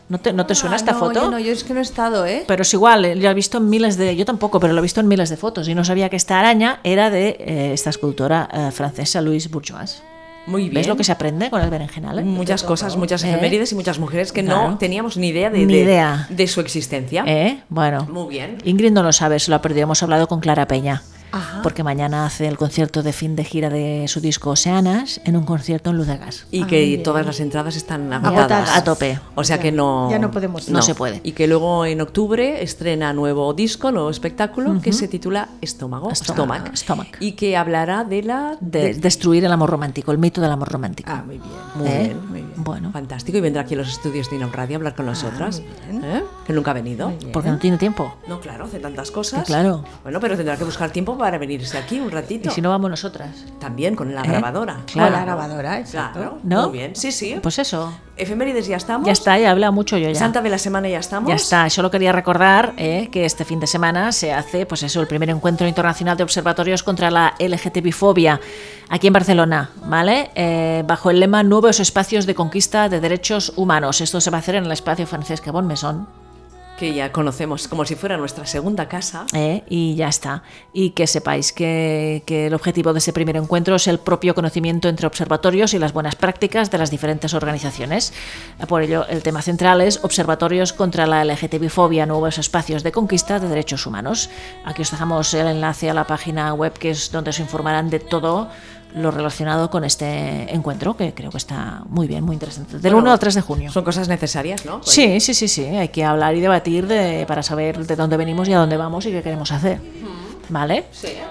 B: ¿No te, no te suena
F: Ah,
B: esta
F: no,
B: foto?
F: yo no, yo es que no he estado, ¿eh?
B: Pero es igual, eh, lo he visto en miles de. Yo tampoco, pero lo he visto en miles de fotos y no sabía que esta araña era de eh, esta escultora eh, francesa Louise Bourgeois.
A: Muy bien.
B: ¿Ves lo que se aprende con el berenjenal? eh?
A: Muchas cosas, muchas
B: ¿Eh?
A: efemérides y muchas mujeres que
B: Claro.
A: no teníamos ni idea de,
B: Ni
A: de-
B: idea.
A: de su existencia.
B: ¿Eh? Bueno.
A: Muy bien.
B: Ingrid no lo sabe, se lo ha perdido. Hemos hablado con Clara Peña. Porque mañana hace el concierto de fin de gira de su disco Oceanas en un concierto en Luz de Gas.
A: Y que todas las entradas están agotadas.
F: Agotadas.
B: A tope.
A: O sea que no.
F: Ya no podemos ir.
B: No se puede.
A: Y que luego en octubre estrena nuevo disco, nuevo espectáculo, que se titula Estómago.
B: Estómago,
A: Stomach,
B: Stomach.
A: Y que hablará de la.
B: de destruir el amor romántico, el mito del amor romántico.
F: Ah, muy bien.
A: Muy
B: ¿Eh?
A: bien, muy bien.
B: Bueno, Ah,
A: Fantástico. Y vendrá aquí a los estudios de Inam Radio a hablar con nosotras. ¿eh? Que nunca ha venido.
B: porque no tiene tiempo.
A: No, claro, hace tantas cosas.
B: Que claro.
A: Bueno, pero tendrá que buscar tiempo para venirse aquí un ratito.
B: Y si no vamos nosotras.
A: También con la
B: ¿Eh?
A: grabadora.
B: Claro.
F: Con la grabadora, exacto.
A: Claro,
B: ¿No?
A: muy bien. Sí, sí.
B: Pues eso.
A: Efemérides ya estamos.
B: Ya está, ya habla mucho yo ya.
A: Santa de la semana ya estamos.
B: Ya está, solo quería recordar eh, que este fin de semana se hace pues eso, el primer encuentro internacional de observatorios contra la LGTBIfobia aquí en Barcelona, ¿vale? Eh, bajo el lema Nuevos espacios de conquista de derechos humanos. Esto se va a hacer en el espacio francés Cabón Mesón,
A: Que ya conocemos como si fuera nuestra segunda casa.
B: ¿eh? y ya está. Y que sepáis que, que el objetivo de ese primer encuentro es el propio conocimiento entre observatorios y las buenas prácticas de las diferentes organizaciones. Por ello, el tema central es Observatorios contra la LGTBIfobia, nuevos espacios de conquista de derechos humanos. Aquí os dejamos el enlace a la página web que es donde os informarán de todo lo relacionado con este encuentro, que creo que está muy bien, muy interesante. Del
A: Bueno,
B: 1 al 3 de junio.
A: Son cosas necesarias, ¿no? Pues-
B: Sí, sí, sí, sí. Hay que hablar y debatir de- para saber de dónde venimos y a dónde vamos y qué queremos hacer. ¿Vale?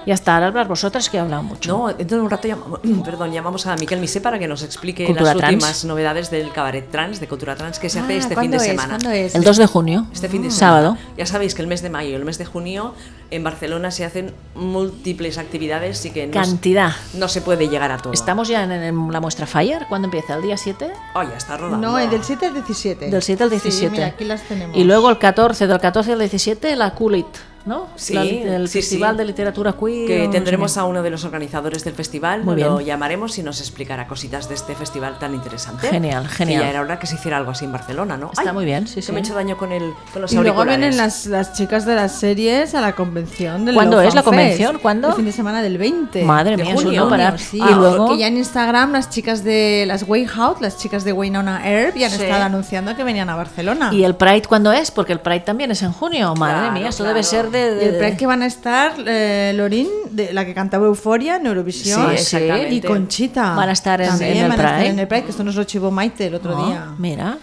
B: Y hasta ahora hablar vosotras que he hablado mucho.
A: No, dentro de un rato llamamos, perdón, llamamos a Miquel Misé para que nos explique
B: Cultura
A: las
B: trans.
A: últimas novedades del cabaret trans, de cultura trans, que se hace
F: Ah,
A: este fin
F: ¿cuándo
A: de
F: es?
A: semana.
F: ¿Cuándo es?
B: El 2 de junio.
A: Este fin de semana.
B: Sábado.
A: Ya sabéis que el mes de mayo y el mes de junio en Barcelona se hacen múltiples actividades y que no, se-
B: Cantidad.
A: no se puede llegar a todo.
B: Estamos ya en, en la muestra Fire. ¿Cuándo empieza? ¿El día 7?
A: Oh, ya está rodando.
F: No, el del 7 al 17.
B: Del 7 al
F: Sí,
B: 17.
F: mira, aquí las tenemos.
B: Y luego el 14, del 14 al 17, la Coolit, ¿no?
A: Sí,
B: La- el
A: sí,
B: Festival
A: sí.
B: de Literatura Queer. o no
A: que
B: sé
A: tendremos
B: qué.
A: a uno de los organizadores del festival,
B: Muy
A: lo
B: bien.
A: llamaremos y nos explicará cositas de este festival tan interesante.
B: Genial,
A: Que
B: genial.
A: ya era hora que se hiciera algo así en Barcelona, ¿no?
B: Está muy bien, sí,
A: que
B: sí.
A: me he hecho daño con, el, con los
F: Y luego
A: auriculares.
F: vienen las, las chicas de las series a la convención. Del
B: ¿Cuándo
F: Love
B: es la
F: Fan Fest.
B: convención? ¿Cuándo?
F: El fin de semana del 20.
B: Madre
A: de
B: mía, es un
A: junio.
B: no parar.
F: Sí,
B: y luego
F: que ya en Instagram las chicas de las Way Out, las chicas de Waynona Herb, ya han
B: Sí.
F: estado anunciando que venían a Barcelona.
B: ¿Y el Pride cuándo es? Porque el Pride también es en junio. Madre
A: Claro,
B: mía, esto
A: claro.
B: debe ser de...
F: Y
B: de-
F: el Pride que van a estar eh, Lorín, de, la que cantaba Euforia en Eurovisión,
A: Sí,
B: sí.
A: exactamente.
F: y Conchita.
B: Van a estar en-
F: También
B: en el
F: van a estar
B: Pride.
F: en el Pride, que esto nos lo chivó Maite el otro
B: Oh,
F: día.
B: Mira,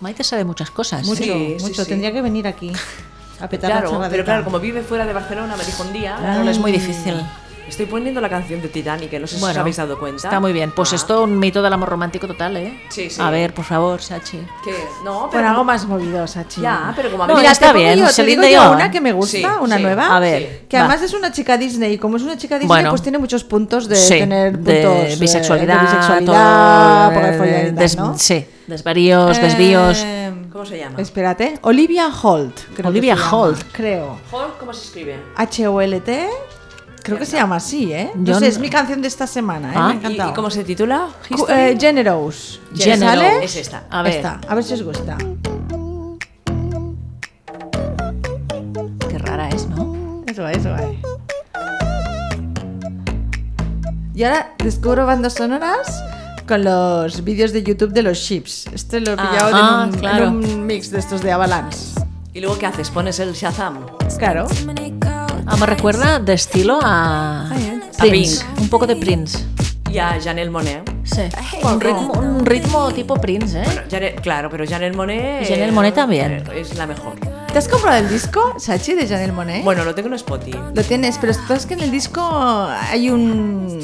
B: Maite sabe muchas cosas.
F: Ah,
B: ¿eh?
F: Mucho,
A: Sí, sí,
F: mucho.
A: sí.
F: Tendría que venir aquí a petar la
A: Claro,
F: charradeta.
A: pero claro, como vive fuera de Barcelona, me dijo un día.
B: Claro, es muy difícil.
A: Estoy poniendo la canción de Titanic, que no sé si os
B: Bueno,
A: habéis dado cuenta.
B: Está muy bien. Pues
A: Ah,
B: esto un mito del amor romántico total, ¿eh?
A: Sí, sí.
B: A ver, por favor, Sachi.
A: que- no, pero
F: Bueno, algo más movido, Sachi.
A: Ya, pero como a
B: No,
A: mí
B: ya
A: me-
B: está
F: te pongo
B: bien,
F: yo-
B: se
F: te digo
B: linda
F: yo
B: yo.
F: una que me gusta,
A: Sí,
F: una
A: sí.
F: nueva.
B: A ver,
F: Que
B: va.
F: además es una chica Disney. Y como es una chica Disney,
B: Bueno.
F: pues tiene muchos puntos de
B: Sí,
F: tener
B: de
F: puntos, eh,
B: bisexualidad,
F: de bisexualidad,
B: todo,
F: poca
B: eh,
F: follar y tal,
B: des-
F: ¿no?
B: Sí, desvaríos,
F: Eh,
B: desvíos.
A: ¿Cómo se llama?
F: Espérate, Olivia Holt. creo que
B: Olivia
F: se llama,
B: Holt.
F: creo.
A: Hall, ¿Cómo se escribe?
F: H-O-L-T. Creo que se llama así, ¿eh? No
B: Yo
F: sé,
B: no-
F: es mi canción de esta semana, ¿eh?
B: Ah.
F: Me ha
A: ¿Y-
F: encantado.
A: ¿Y cómo se titula?
F: Cu-
A: History.
F: eh, Ah. Generous.
B: Generous.
F: ¿Sale?
A: Es esta.
B: A ver,
F: Esta, a ver si os gusta.
B: qué rara es, ¿no?
F: Eso va, eso va. Y ahora descubro bandas sonoras con los vídeos de YouTube de los chips. Este lo he pillado de
B: ah,
F: un,
B: claro.
F: en un mix de estos de Avalanche.
A: ¿Y luego qué haces? ¿Pones el Shazam?
F: Claro.
B: Ah, me recuerda de estilo a, Prince. Un poco de Prince.
A: Y a Janelle Monet.
B: Sí. Un ritmo, un ritmo tipo Prince, ¿eh?
A: Janelle- claro, pero Janelle Monet.
B: Janelle Monáe también.
A: eh, Es la mejor.
F: ¿Te has comprado el disco, Sachi, de Janelle Monet?
A: Bueno, lo tengo en Spotify.
F: Lo tienes, pero es que en el disco hay un...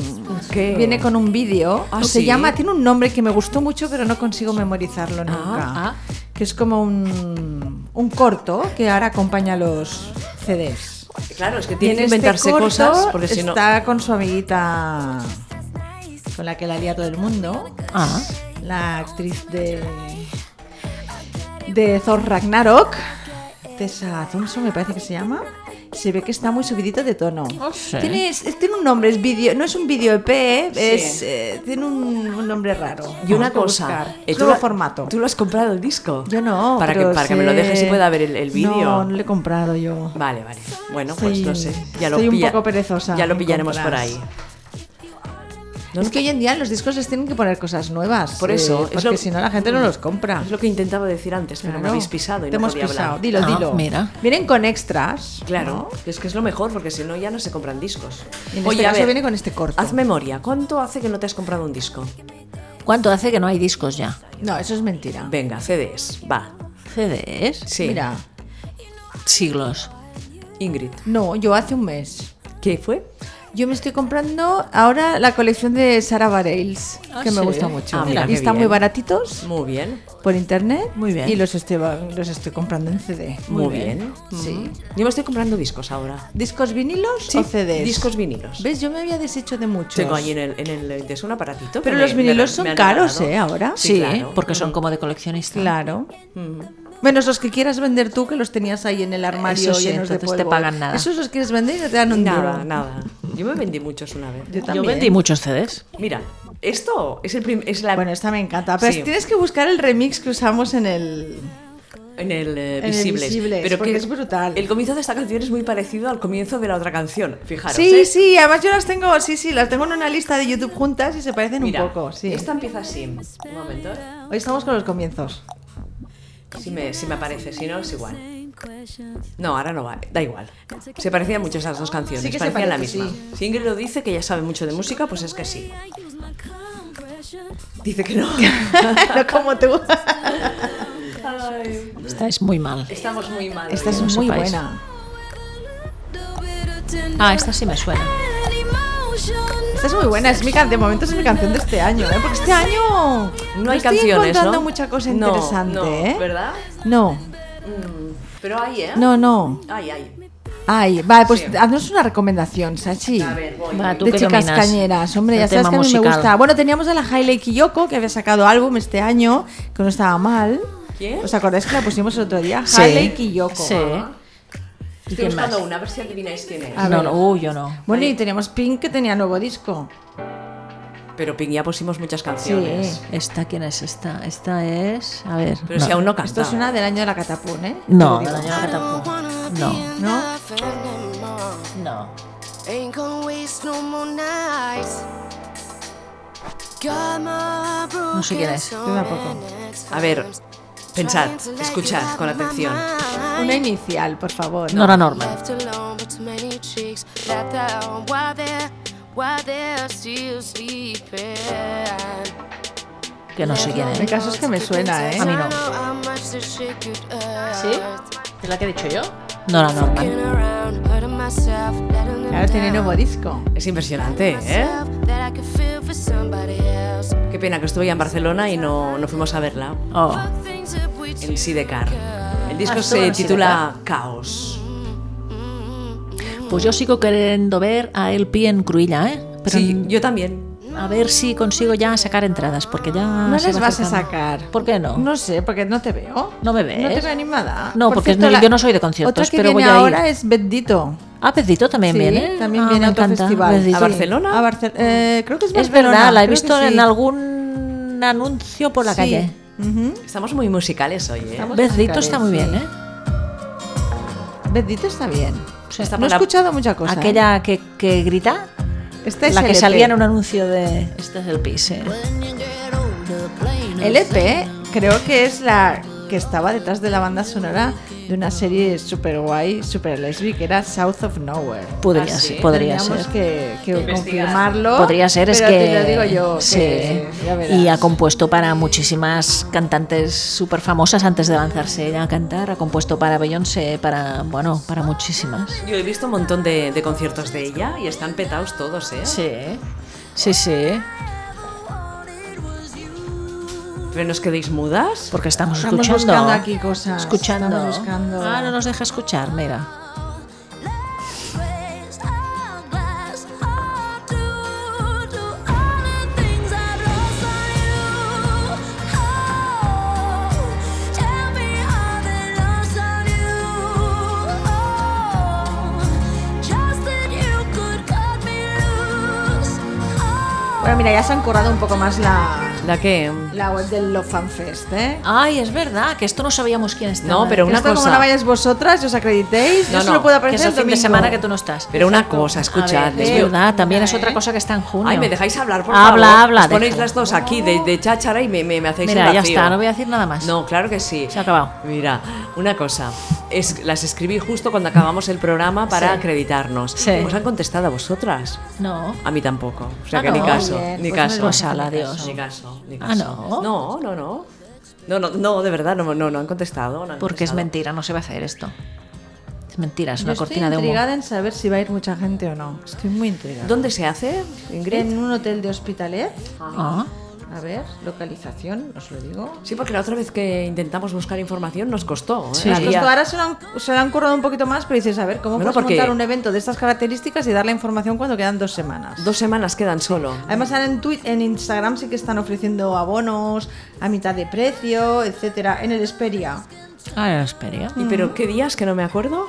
A: ¿Qué?
F: Viene con un vídeo.
A: Ah,
F: se
A: ¿sí?
F: llama, tiene un nombre que me gustó mucho, pero no consigo memorizarlo nunca.
B: ah.
F: Que es como un, un corto que ahora acompaña los CDs.
A: Claro, es que tiene que
F: este
A: inventarse
F: corto
A: cosas porque si no.
F: Está con su amiguita con la que la lía todo el mundo.
B: Ah.
F: La actriz de. de Thor Ragnarok. Tessa Thompson, me parece que se llama. Se ve que está muy subidita de tono.
B: sí.
F: Tiene, es- es- tiene un nombre, es vídeo, no es un vídeo EP, eh,
A: Sí.
F: es, eh, tiene un, un nombre raro.
A: Y una
F: Hay que
A: cosa.
F: buscar.
A: eh,
F: Es
A: tú
F: nuevo
A: lo-
F: formato.
A: ¿Tú lo has comprado el disco?
F: Yo no.
A: Para, que,
F: pero
A: para que me lo
F: sé-
A: dejes y pueda ver el, el vídeo.
F: No, no lo he comprado yo.
A: Vale, vale. Bueno, pues
F: Soy-
A: no sé. Ya lo
F: soy un
A: pilla-
F: poco perezosa
A: Ya lo
F: en
A: pillaremos por
F: compras.
A: ahí. No,
F: Es que hoy en día en los discos les tienen que poner cosas nuevas. eh,
A: Por eso, es
F: porque
A: lo-
F: si no, la gente no los compra.
A: Es lo que intentaba decir antes, pero me
F: Claro.
A: habéis pisado y
F: Te
A: no
F: hemos
A: podía
F: pisado.
A: hablar.
F: Dilo,
B: Ah,
F: dilo.
B: mira.
F: Vienen con extras.
A: Claro, es que es lo mejor, porque si no ya no se compran discos.
F: Y en este
A: a
F: caso
A: ver,
F: viene con este corto.
A: Haz memoria, ¿cuánto hace que no te has comprado un disco?
B: ¿Cuánto hace que no hay discos ya?
F: No, eso es mentira.
A: Venga, CDs, va.
B: CDs.
A: Sí.
F: Mira,
B: Siglos.
A: Ingrid.
F: no, yo hace un mes.
A: ¿Qué fue?
F: Yo me estoy comprando ahora la colección de Sara Bareilles,
B: Ah,
F: que me
B: sí.
F: gusta mucho.
A: Ah, mira,
F: y
A: qué
F: están
A: bien.
F: muy baratitos
A: Muy bien,
F: por internet.
B: Muy bien.
F: Y los estoy, los estoy comprando en CD.
A: muy, bien. Mm.
F: Sí.
A: Yo me estoy comprando discos ahora.
F: ¿Discos vinilos
A: Sí,
F: o CDs?
A: Discos vinilos.
F: ¿Ves? Yo me había deshecho de muchos.
A: Tengo ahí en el, en el es un aparatito. que
F: Pero
A: me-
F: los
A: me-
F: vinilos
A: me
F: son
A: han
F: caros,
A: regalado.
F: ¿eh? Ahora.
B: Sí,
A: Sí, claro.
B: ¿eh? porque son como de coleccionista.
F: Claro.
A: Mm.
F: Menos los que quieras vender tú, que los tenías ahí en el armario
B: Eso sí,
F: llenos de
B: entonces te
F: polvo.
B: pagan nada.
F: Esos los quieres vender y no te dan un
A: Nada,
F: duro.
A: nada. Yo me vendí muchos una vez.
F: Yo
B: Yo
F: también.
B: vendí muchos CDs.
A: Mira, esto es el prim- es la
F: Bueno, esta me encanta. Pero
A: Sí.
F: tienes que buscar el remix que usamos en el...
A: en el eh,
F: en el
A: visibles.
F: Visibles,
A: pero
F: porque
A: que
F: es brutal.
A: El comienzo de esta canción es muy parecido al comienzo de la otra canción. Fijaros.
F: Sí,
A: ¿eh?
F: sí, además yo las tengo, sí, sí, las tengo en una lista de YouTube juntas y se parecen
A: Mira,
F: un poco, sí.
A: Esta empieza así. Un momento. ¿eh?
F: Hoy estamos con los comienzos.
A: Si me, si me aparece, si no, es igual. No, ahora no vale, da igual. Se parecían mucho esas dos canciones,
F: Sí que se
A: parecían la
F: parece,
A: misma. Si Ingrid lo dice que ya sabe mucho de música, pues es que sí. Dice que no.
F: no como tú.
B: Esta es muy mal.
A: Estamos muy mal.
F: Esta es
B: no
F: muy
B: sepáis.
F: buena.
B: Ah, esta sí me suena.
F: Esta es muy buena, es mi can- de momento es mi canción de este año, ¿eh? porque este año
A: No hay
F: estoy
A: canciones,
F: encontrando
A: ¿no?
F: mucha cosa
A: No,
F: interesante,
A: no,
F: ¿eh?
A: ¿verdad?
F: No,
A: Mm, pero hay, ¿eh?
F: no, no.
A: Hay, hay.
F: Ay, vale, pues
A: Sí.
F: haznos una recomendación, Sachi.
A: A ver, voy.
B: Va,
A: voy.
B: tú
F: de
B: qué
F: chicas
B: dominas?
F: cañeras, hombre,
B: El
F: ya sabes
B: tema
F: que a mí me
B: musical.
F: gusta. Bueno, teníamos a la Hailey Kiyoko que había sacado álbum este año, que no estaba mal.
A: ¿Quién?
F: ¿Os acordáis que la pusimos el otro día?
B: Sí.
F: Hailey Kiyoko.
B: Sí. ¿Y
A: Estoy
B: quién más?
A: buscando una, a ver si adivináis quién es.
F: A
B: No,
F: ver.
B: no, uh, yo no.
F: Bueno, y teníamos Pink que tenía nuevo disco.
A: Pero Pink ya pusimos muchas
F: Sí.
A: canciones.
B: ¿Esta quién es esta? Esta es. A ver.
A: Pero
B: no.
A: si aún no cantaba.
F: Esto es una del año de la catapún, ¿eh?
B: No,
F: Te lo
B: la
F: digo.
B: señora Catapu. No,
F: ¿No?
B: no.
G: Ain't gonna waste no more nights. Got my
B: No sé quién es.
F: Yo tampoco.
A: A ver, pensad, escuchad con atención.
F: Una inicial, por favor.
B: Nora Norman.
G: Left alone, but too many chicks left out while they're while they're still sleeping.
B: Que no sé quién
F: El
B: es.
F: caso es que me suena, ¿eh?
B: A mí no.
G: Know how much this shit could earn.
B: ¿Es la que he dicho yo? Nora Norman.
G: Looking around, hurting myself, letting them
F: Claro, tiene
G: down.
F: nuevo disco.
A: Es impresionante, ¿eh?
G: Myself that I could feel for somebody else.
A: Qué pena que estuve ya en Barcelona y no, no fuimos a verla
B: Oh.
G: Things that we do.
A: en Sidecar. El disco
B: Ah, estuvo
A: se
B: en
A: titula Caos.
B: Pues yo sigo queriendo ver a El Pi en Cruilla, ¿eh? Pero
A: Sí, yo también.
B: a ver si consigo ya sacar entradas, porque ya.
F: No
B: se
F: les
B: va
F: vas a
B: acercando.
F: sacar.
B: pues ¿Por qué no?
F: No sé, porque no te veo.
B: No me ves.
F: No te veo animada.
B: No, porque no- yo no soy de conciertos,
F: Otra que
B: pero
F: viene
B: voy a ir.
F: ahora es Bendito.
B: Ah, Pedrito también
F: Sí,
B: viene.
F: También
B: Ah,
F: viene
B: me
F: a otro
B: encanta.
F: festival.
B: Pedrito.
A: ¿A Barcelona?
F: A Barce- eh, creo que es
B: Es
F: Barcelona.
B: verdad, la he
F: creo que
B: visto
F: sí.
B: en algún anuncio por la
F: Sí.
B: calle.
F: Ujú.
A: Estamos muy musicales hoy, ¿eh?
F: Estamos
B: Pedrito está
F: musicales,
B: muy bien,
F: sí.
B: ¿eh?
F: Bendito está bien.
B: Sí.
A: Está
F: No he
A: para-
F: escuchado mucha cosa. ¿eh?
B: Aquella que, que grita,
F: Este es
B: la que
F: el EP.
B: salía en un anuncio de... Este es el pis, eh.
F: El EP creo que es la que estaba detrás de la banda sonora de una serie super guay, super lesbi, que era South of Nowhere.
B: Podría
A: Ah, sí.
B: ser, podría
F: Tendríamos
B: ser.
F: que, que
A: investigar.
F: confirmarlo.
B: Podría ser, es
F: pero
B: que...
F: Te lo digo yo.
B: sí.
F: que ya verás.
B: y ha compuesto para muchísimas cantantes súper famosas antes de lanzarse ella a cantar. Ha compuesto para Beyoncé, para... Bueno, para muchísimas.
A: Yo he visto un montón de, de conciertos de ella y están petados todos, ¿eh?
B: Sí, sí, sí.
A: Pero no os quedéis mudas.
B: Porque estamos,
F: Estamos
B: escuchando.
F: buscando aquí cosas.
B: Escuchando.
F: Estamos buscando.
B: Ah, no nos deja escuchar, mira.
C: Oh, Oh, Oh.
F: Bueno, mira, ya se han currado un poco más la,
A: La que...
F: la web del Love Fan Fest, ¿eh?
B: Ay, es verdad, que esto no sabíamos quién estaba.
A: No, pero
F: Que
A: una
F: esto como
A: cosa-
F: no vayáis vosotras, y os acreditéis, yo
A: No,
F: solo
A: no,
F: puedo
B: que es
F: aparecer
B: el fin de
F: domingo.
B: semana que tú no estás.
A: Pero una cosa, escuchad.
B: es
A: les voy-
B: verdad, también es otra cosa que está en junio.
A: Ay, me dejáis hablar, por favor.
B: Habla, habla,
A: Os ponéis
B: deja.
A: las dos aquí de, de cháchara y me, me- me hacéis
B: Mira,
A: el
B: ya
A: vacío.
B: está, no voy a decir nada más.
A: No, claro que sí.
B: Se ha acabado.
A: Mira, una cosa. Es, las escribí justo cuando acabamos el programa para
B: Sí.
A: acreditarnos.
B: Sí.
A: ¿Os han contestado a vosotras?
B: No.
A: A mí tampoco. O sea
B: Ah,
A: que
B: no.
A: ni caso,
F: Muy bien,
A: ni
F: pues
A: caso.
F: no
B: Pues ala, adiós.
A: Ni caso, ni
B: Ah,
A: caso.
B: ¿no?
A: No, no, no. No, no, no, de verdad, no, no, no han contestado. no han
B: Porque es
A: contestado.
B: mentira, no se va a hacer esto. Es mentira, es
F: Yo
B: una
F: estoy
B: cortina de humo.
F: intrigada en saber si va a ir mucha gente o no. Estoy muy intrigada.
A: ¿Dónde se hace, Ingrid?
F: En un hotel de Hospitalet.
B: Ah,
F: A ver, localización, os lo digo.
A: Sí, porque la otra vez que intentamos buscar información nos costó. ¿eh?
B: Sí.
F: Las
A: Había-
F: costó- ahora se lo, han, se lo han currado un poquito más, pero dices, a ver, ¿cómo
A: Bueno,
F: puedes
A: porque-
F: montar un evento de estas características y dar la información cuando quedan dos semanas?
A: Dos semanas quedan solo.
B: Ah,
F: Además, ahora en, Twi- en Instagram sí que están ofreciendo abonos a mitad de precio, etcétera, en el Esperia.
B: ahora espera.
A: ¿Y pero qué días que no me acuerdo?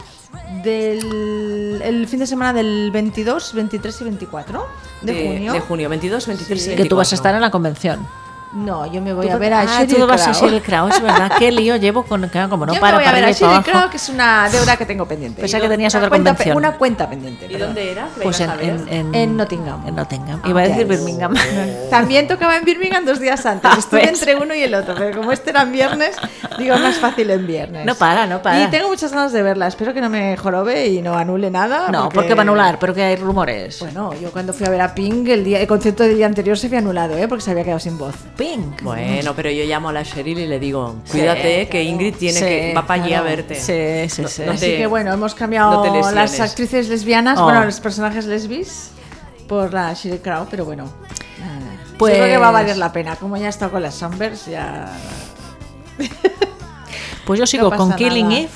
F: Del el fin de semana del 22, 23 y 24 de, junio.
A: De junio, 22, 23 y
B: Que tú vas
A: 24.
B: a estar en la convención.
F: No, yo me voy
B: Tú
F: a
B: va-
F: ver a
B: ah,
F: Sheryl
B: tú vas a
F: Crow.
B: Sheryl Crow, es verdad. Qué lío llevo con... claro, Como no
F: yo
B: para,
F: me voy a
B: para
F: ver a
B: arriba y para
F: Sheryl
B: abajo.
F: Crow, que es una deuda que tengo pendiente.
B: Pensaba que tenías
F: Una
B: otra
F: cuenta pe-
B: convención.
F: Una cuenta pendiente.
A: ¿Y
F: perdón.
A: dónde era? ¿La
B: Pues en,
A: ibas a ver?
B: en, en,
F: En Nottingham. Ah,
B: En Nottingham. Iba a decir
F: Yes.
B: Birmingham.
F: También tocaba en Birmingham dos días
B: Ah,
F: antes. Estuve
B: ¿Ves?
F: entre uno y el otro, pero como este era en viernes, digo más fácil en viernes.
B: No para, no para.
F: Y tengo muchas ganas de verla. Espero que no me jorobe y no anule nada.
B: No, porque va a anular, pero que hay rumores.
F: Pues Bueno, yo cuando fui a ver a Ping, el, día, el concierto del día anterior se había anulado, ¿eh? porque se había quedado sin voz.
B: Ping, Wink.
A: Bueno, pero yo llamo a la Cheryl y le digo, cuídate que Ingrid tiene que va para allí a verte.
B: Sí, sí,
A: No-
B: sí.
A: no
F: Así
A: te-
F: que bueno, hemos cambiado
A: no te lesiones.
F: las actrices lesbianas,
B: Oh.
F: bueno, los personajes lesbis por la Sheryl Crow, pero bueno. nada.
B: Pues-
F: Yo creo que va a valer la pena. Como ya está con las Sambers, ya.
B: Pues yo sigo
F: pasa
B: con Killing
F: nada.
B: Eve.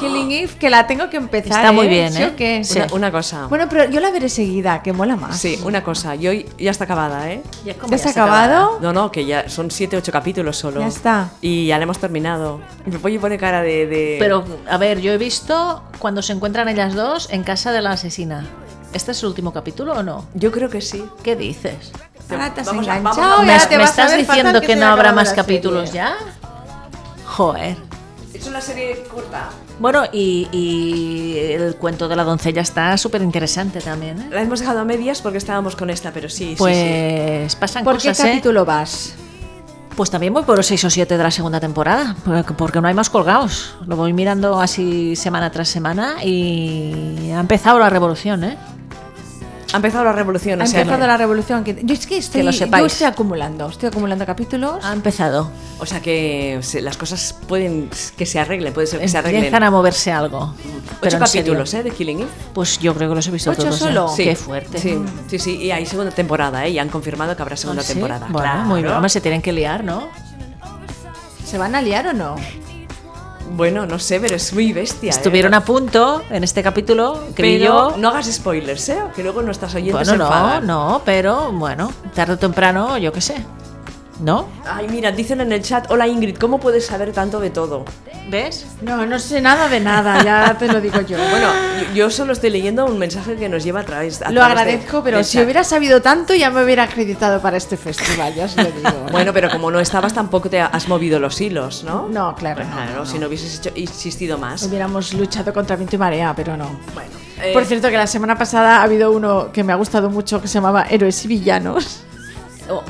F: Killing Eve, que la tengo que empezar.
B: Está muy
F: ¿eh?
B: bien,
F: ¿Sí
B: ¿eh?
F: o qué?
B: Sí.
A: Una, una cosa.
F: Bueno, pero yo la veré seguida, que mola más.
A: sí, una cosa. Yo ya está acabada, ¿eh?
F: ¿Ya has acabado?
A: No, no, que ya son 7, 8 capítulos solo.
F: Ya está.
A: Y ya la hemos terminado. Me voy a poner cara de. de-
B: Pero, a ver, yo he visto cuando se encuentran ellas dos en casa de la asesina. ¿Este es el último capítulo o no?
A: Yo creo que sí.
B: ¿Qué dices?
F: Ahora te has
A: Vamos a-
F: enganchado
A: vamos
F: y
B: ¿Me,
F: ahora te
B: me
F: vas a
B: estás
F: ver
B: diciendo
F: fatal
B: que,
F: te
B: no
F: haya
B: habrá
F: acabado
B: más
F: la
B: capítulos
F: serie.
B: ya? Joder.
A: Es una serie corta.
B: Bueno, y, y el cuento de la doncella está súper interesante también. ¿eh?
A: La hemos dejado a medias porque estábamos con esta, pero sí, sí, sí.
B: Pues pasan
F: ¿Por qué
B: cosas, ¿eh?
F: capítulo vas?
B: Pues también voy por los 6 o 7 de la segunda temporada, porque- porque no hay más colgados. Lo voy mirando así semana tras semana y ha empezado la revolución, ¿eh?
A: Ha empezado la revolución,
F: Ha
A: o sea,
F: empezado la revolución. que- Yo es que Ah. estoy,
B: lo
F: yo
B: sepáis.
F: estoy acumulando, estoy acumulando capítulos.
B: Ha empezado.
A: O sea que se- las cosas pueden que se arreglen, puede ser que se arreglen.
B: Em- Empiezan a moverse algo.
A: Ocho
B: en serio.
A: capítulos, ¿eh? De Killing Eve.
B: Pues yo creo que los he visto
F: ¿Ocho
B: todos. ¿eh?
F: solo?
B: Qué fuerte.
A: Sí, sí, sí. Y hay segunda temporada, ¿eh? Y han confirmado que habrá segunda
B: ¿Ah, ¿Sí?
A: temporada.
B: Bueno,
A: Claro.
B: muy bien. Hombre, se tienen que liar, ¿no?
F: ¿Se van a liar o no?
A: Bueno, no sé, pero es muy bestia. ¿eh?
B: Estuvieron a punto en este capítulo, creo
A: Pero
B: yo.
A: no hagas spoilers, ¿eh? Que luego nuestras oyentes
B: bueno,
A: se
B: no,
A: enfadan.
B: no, pero bueno, tarde o temprano, yo qué sé. ¿No?
A: Ay, mira, dicen en el chat, hola Ingrid, ¿cómo puedes saber tanto de todo?
B: ¿Ves?
F: No, no sé nada de nada, ya te lo digo yo.
A: Bueno, yo, yo solo estoy leyendo un mensaje que nos lleva a través. a
F: Lo
A: través de-
F: agradezco, pero
A: del
F: si
A: chat.
F: hubiera sabido tanto ya me hubiera acreditado para este festival, ya os lo digo.
A: Bueno, pero como no estabas, tampoco te has movido los hilos, ¿no?
F: No, claro, no,
A: Claro,
F: no,
A: si no hubieses hecho- insistido más.
F: Hubiéramos luchado contra viento y marea, pero no.
A: Bueno, eh,
F: Por cierto, que la semana pasada ha habido uno que me ha gustado mucho que se llamaba Héroes y Villanos.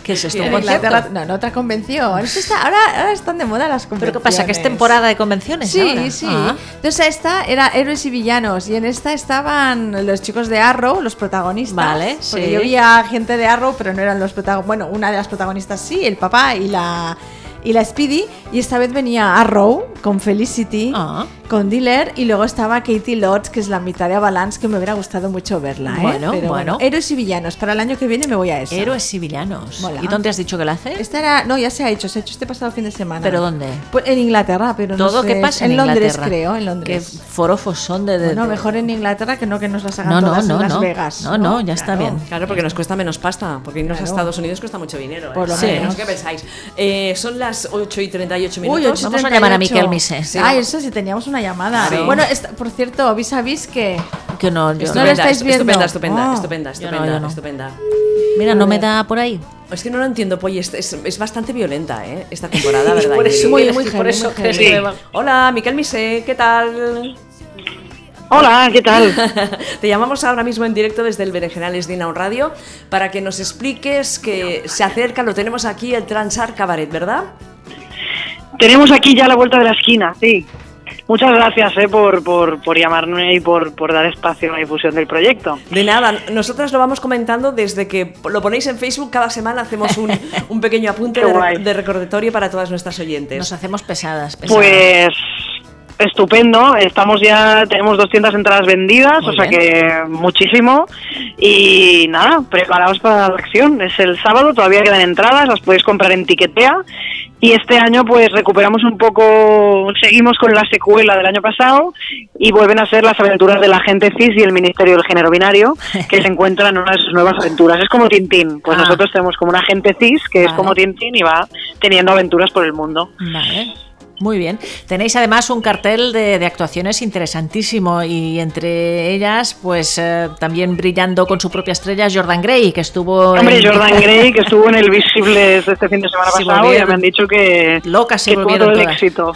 B: ¿Qué es esto?
A: ¿Un
F: En
A: concierto?
F: Inglaterra- No, no, otra convención. Eso está- ahora, ahora están de moda las convenciones.
B: ¿Pero qué pasa? ¿Que es temporada de convenciones?
F: Sí,
B: ahora?
F: sí.
B: Ah.
F: Entonces esta era héroes y villanos y en esta estaban los chicos de Arrow, los protagonistas.
B: Vale,
F: Porque
B: sí.
F: yo veía gente de Arrow, pero no eran los protagonistas. Bueno, una de las protagonistas sí, el papá y la y la Speedy. Y esta vez venía Arrow con Felicity,
B: Ah.
F: con Dealer y luego estaba Katie Lodge, que es la mitad de Avalanche, que me hubiera gustado mucho verla. ¿eh?
B: Bueno,
F: Pero
B: bueno.
F: Héroes y villanos. Para el año que viene me voy a eso.
B: Héroes y villanos.
F: Mola.
B: ¿Y dónde has dicho que la hace?
F: Esta era, no, ya se ha hecho, se ha hecho este pasado fin de semana.
B: ¿Pero dónde?
F: Pues en Inglaterra, pero no
B: Todo
F: sé,
B: que pasa en,
F: Londres,
B: Inglaterra.
F: creo, en Londres.
B: Qué forofos son de... de-
F: Bueno,
B: de-
F: mejor en Inglaterra que no que nos las hagan
B: No, no,
F: todas
B: no,
F: en Las
B: no.
F: Vegas.
B: No, no, ya está bien.
A: Claro, porque nos cuesta menos pasta, porque irnos a
F: Claro.
A: Estados Unidos cuesta mucho dinero. ¿eh?
F: Por lo
A: Sí.
F: menos.
A: ¿Qué pensáis? Eh, son las 8 y 38 minutos.
F: Uy, 8:38.
B: Vamos a llamar a Miquel Misé.
A: Sí,
F: Ay,
A: vamos.
F: eso sí, teníamos una llamada.
A: Sí.
F: Bueno, esta- por cierto, vis a vis que...
B: Que no, yo-
F: No lo estáis
A: estu-
F: viendo.
A: Estupenda, estupenda,
F: Ah.
A: estupenda,
B: Yo no,
A: estupenda,
B: yo no.
A: estupenda.
B: Mira, no me da por ahí.
A: Es que no lo entiendo, Polly. Es, es- es bastante violenta, ¿eh? Esta temporada, ¿verdad?
B: Por eso
A: Ingrid?
B: Muy,
F: Muy,
B: muy
F: muy
B: por
F: heavy,
B: eso
F: muy
B: crees
F: heavy.
B: que me va-
A: Hola, Miquel Misé, ¿qué tal?
D: Hola, ¿qué tal?
A: Te llamamos ahora mismo en directo desde el Berenjenales de Inaun Radio para que nos expliques que se acerca, lo tenemos aquí, el Transar Cabaret, ¿verdad?
D: Tenemos aquí ya la vuelta de la esquina, sí. Muchas gracias eh, por, por, por llamarme y por, por dar espacio a la difusión del proyecto.
A: De nada, nosotras lo vamos comentando desde que lo ponéis en Facebook, cada semana hacemos un, un pequeño apunte
D: Qué
A: de,
D: guay.
A: de recordatorio para todas nuestras
B: Nos
F: Pues
A: oyentes.
B: hacemos pesadas, pesadas.
D: Pues estupendo, estamos ya, tenemos 200 entradas vendidas,
B: Muy
D: o sea
B: bien.
D: que muchísimo. Y nada, preparaos para la acción. Es el sábado, todavía quedan entradas, las podéis comprar en Tiquetea. Y este año pues recuperamos un poco, seguimos con la secuela del año pasado y vuelven a ser las aventuras de la gente cis y el Ministerio del Género Binario que se encuentran en una de sus nuevas aventuras. Es como Tintín, pues
B: Ah.
D: nosotros tenemos como una gente cis que es
B: Vale.
D: como Tintín y va teniendo aventuras por el mundo.
B: Vale. Muy bien. Tenéis además un cartel de, de actuaciones interesantísimo y entre ellas, pues eh, también brillando con su propia estrella, Jordan Gray, que estuvo.
D: Hombre,
B: en-
D: Jordan Gray, que estuvo en el Visibles este fin de semana
B: Se
D: pasado,
B: volvieron
D: ya me han dicho que,
B: Locas se
D: que tuvo
B: volvieron
D: todo el
B: todas.
D: éxito.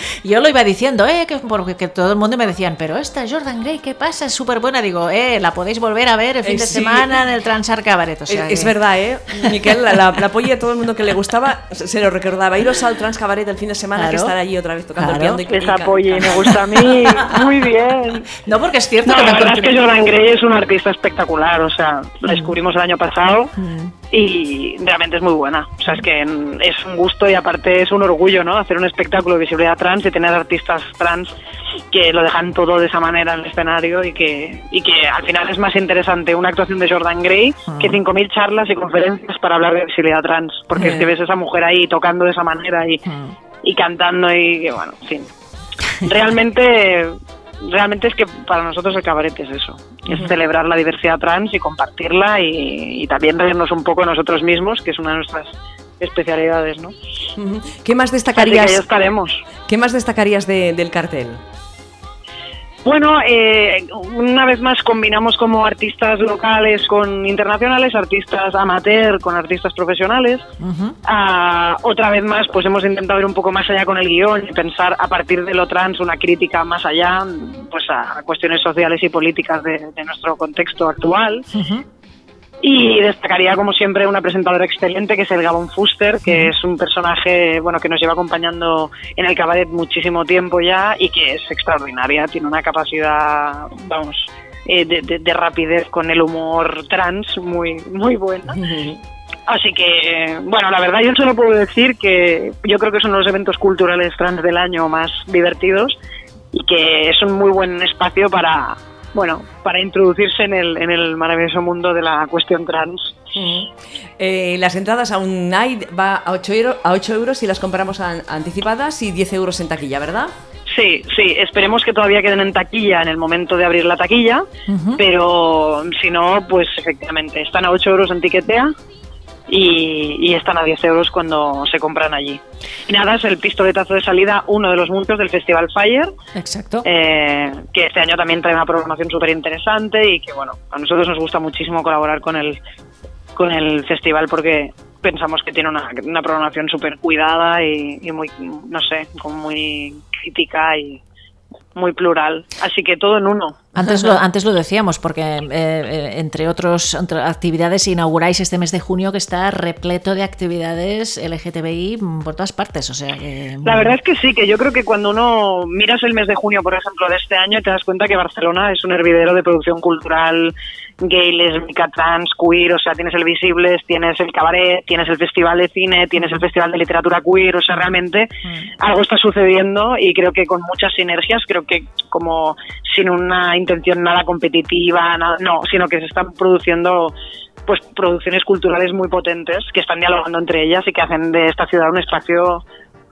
B: Yo lo iba diciendo, eh, que, porque que todo el mundo me decían, pero esta Jordan Gray, ¿qué pasa? Es súper buena. Digo, eh, la podéis volver a ver el fin
A: Eh,
B: de
A: sí.
B: semana en el Transar Cabaret. O sea
A: es, es
B: que-
A: verdad, ¿eh? Miquel, la, la, la polla a todo el mundo que le gustaba se se lo recordaba. Iros al Trans Cabaret el fin de semana que
B: Claro.
A: estar allí otra vez tocando
B: Claro.
A: el piano. y- y
D: Les
A: can-
D: apoye, me gusta a mí. Muy bien.
B: No, porque es cierto
D: No,
B: que
D: la
B: tanto- Mm.
D: verdad es que Jordan Gray es un artista espectacular, o sea, la descubrimos el año pasado y realmente es muy buena. O sea, es que mm, es un gusto y aparte es un orgullo, ¿no? Hacer un espectáculo de visibilidad trans y tener artistas trans que lo dejan todo de esa manera en el escenario y que, y que al final es más interesante una actuación de Jordan Gray que
B: Ah.
D: 5.000 charlas y conferencias para hablar de visibilidad trans, porque
B: Eh.
D: es que ves a esa mujer ahí tocando de esa manera
B: Ah.
D: y,
B: Mm.
D: y cantando y que, bueno, sí. Realmente... Realmente es que para nosotros el cabaret es eso, es celebrar la diversidad trans y compartirla y, y también reírnos un poco nosotros mismos, que es una de nuestras especialidades, ¿no?
A: Ujú. ¿Qué más
D: Así que ahí
A: destacarías?
D: estaremos.
A: ¿Qué más destacarías de- del cartel?
D: Bueno, eh, una vez más combinamos como artistas locales con internacionales, artistas amateur con artistas profesionales. Ah, otra vez más, pues hemos intentado ir un poco más allá con el guión y pensar a partir de lo trans una crítica más allá, pues a cuestiones sociales y políticas de, de nuestro contexto actual. Y destacaría, como siempre, una presentadora excelente, que es el Gabón Fuster, que es un personaje bueno que nos lleva acompañando en el cabaret muchísimo tiempo ya y que es extraordinaria. Tiene una capacidad, vamos, eh, de, de- de rapidez con el humor trans muy, muy buena. Así que, eh, bueno, la verdad yo solo puedo decir que yo creo que son los eventos culturales trans del año más divertidos y que es un muy buen espacio para, bueno, para introducirse en el, en el maravilloso mundo de la cuestión trans.
A: Eh, las entradas a un night va a 8, euro- a 8 euros si las compramos an- anticipadas y 10 euros en taquilla, ¿verdad?
D: Sí, sí, esperemos que todavía queden en taquilla en el momento de abrir la taquilla, pero si no, pues efectivamente, están a 8 euros en Tiquetea y, y están a 10 euros cuando se compran allí. Y nada, es el pistoletazo de salida, uno de los muchos del Festival Fire,
B: Exacto.
D: eh, que este año también trae una programación súper interesante y que, bueno, a nosotros nos gusta muchísimo colaborar con el, con el festival porque pensamos que tiene una, una programación súper cuidada y, y muy, no sé, como muy crítica y muy plural. Así que todo en uno.
B: Antes lo, antes lo decíamos, porque eh, eh, entre otras actividades inauguráis este mes de junio que está repleto de actividades LGTBI por todas partes. O sea, que,
D: La verdad es que sí, que yo creo que cuando uno miras el mes de junio, por ejemplo, de este año, te das cuenta que Barcelona es un hervidero de producción cultural gay, lésbica, trans, queer, o sea, tienes el Visibles, tienes el Cabaret, tienes el Festival de Cine, tienes el Festival de Literatura Queer, o sea, realmente algo está sucediendo y creo que con muchas sinergias, creo que como sin una intención nada competitiva, nada- no, sino que se están produciendo pues producciones culturales muy potentes que están dialogando entre ellas y que hacen de esta ciudad un espacio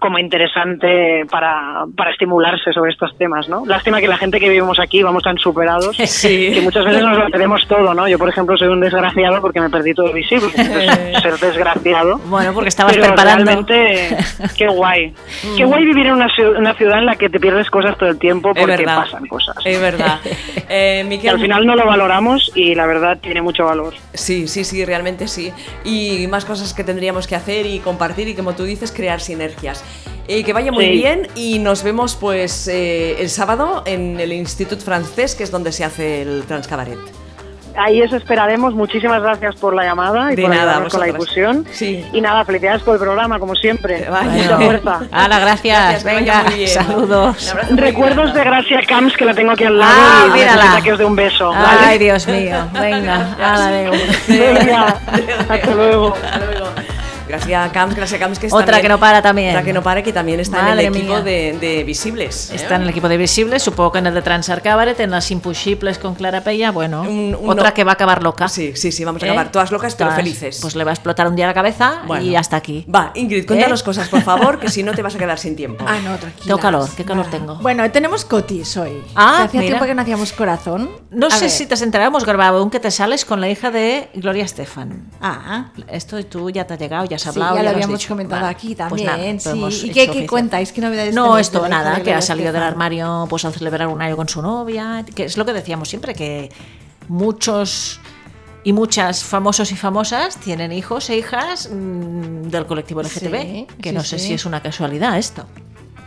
D: como interesante para, para estimularse sobre estos temas, ¿no? Lástima que la gente que vivimos aquí vamos tan superados
A: Sí.
D: que muchas veces nos lo perdemos todo, ¿no? Yo, por ejemplo, soy un desgraciado porque me perdí todo visible. Entonces, ser desgraciado
B: Bueno, porque estabas
D: pero
B: preparando.
D: Realmente, qué guay. Qué guay vivir en una, ciu- una ciudad en la que te pierdes cosas todo el tiempo
A: Es
D: porque
A: verdad.
D: pasan cosas.
A: Es verdad. Eh,
D: Que
A: Miquel,
D: al final no lo valoramos y la verdad tiene mucho valor.
A: Sí, sí, sí, realmente sí. Y más cosas que tendríamos que hacer y compartir y como tú dices, crear sinergias. Eh, que vaya muy
D: Sí.
A: bien y nos vemos pues eh, el sábado en el Institut Francés, que es donde se hace el Transcabaret.
D: Ahí eso esperaremos. Muchísimas gracias por la llamada y
A: De
D: por
A: nada,
D: ayudarnos con la
A: vosotras.
D: difusión.
A: Sí.
D: Y nada, felicidades por el programa, como siempre.
A: Vaya.
D: Mucha
A: Bueno.
D: fuerza.
B: Hala, gracias.
A: Gracias, que vaya
B: Venga,
A: muy bien. Un
B: saludos.
A: abrazo muy
D: Recuerdos
A: grande.
D: de Gracia Camps que la tengo aquí al lado
B: Ah,
D: y necesita
B: mírala.
D: que os dé un beso. ¿vale?
B: Ay, Dios mío. Venga, hala, venga.
D: Venga, hasta luego.
A: Hasta luego. Gracias Camps, gracias Camps que es
B: Otra
A: también-
B: que no para también.
A: Otra que no para que también está
B: Madre
A: en el equipo
B: mía.
A: de, de visibles. ¿eh?
B: Está en el equipo de Visibles, supongo que en el de Transar Cabaret, en las Impusibles con Clara Pella, bueno,
A: Un- un
B: otra
A: no-
B: que va a acabar loca.
A: Sí, sí, sí, vamos a
B: ¿Eh?
A: acabar todas locas pero
B: Todas.
A: felices.
B: Pues le va a explotar un día la cabeza
A: Bueno.
B: y hasta aquí.
A: Va, Ingrid,
B: ¿Eh?
A: cuéntanos cosas, por favor, que si no te vas a quedar sin tiempo.
F: Ah, no, tranquila.
B: Tengo calor, ¿qué calor tengo?
F: Bueno, tenemos cotis hoy.
B: Ah,
F: Que Hacía
B: mira.
F: tiempo que no hacíamos corazón.
B: No
F: A
B: sé
F: ver.
B: si te has enterado, hemos grabado un que te sales con la hija de Gloria Estefan.
F: Ah,
B: Esto tú ya te ha llegado, ya has
F: sí,
B: hablado.
F: ya lo
B: has
F: habíamos
B: dicho.
F: comentado
B: Vale,
F: aquí
B: pues nada,
F: también.
B: lo hemos
F: sí. ¿Y
B: hecho
F: qué, qué
B: oficial.
F: cuentáis? ¿Qué novedades
B: No,
F: tenéis de
B: esto
F: la hija
B: nada,
F: de
B: que ha
F: Gloria
B: salido del
F: Estefan?
B: armario pues al celebrar un año con su novia, que es lo que decíamos siempre, que muchos y muchas famosos y famosas tienen hijos e hijas mm, del colectivo LGTB,
F: Sí,
B: que
F: sí,
B: no sé
F: sí.
B: si es una casualidad esto,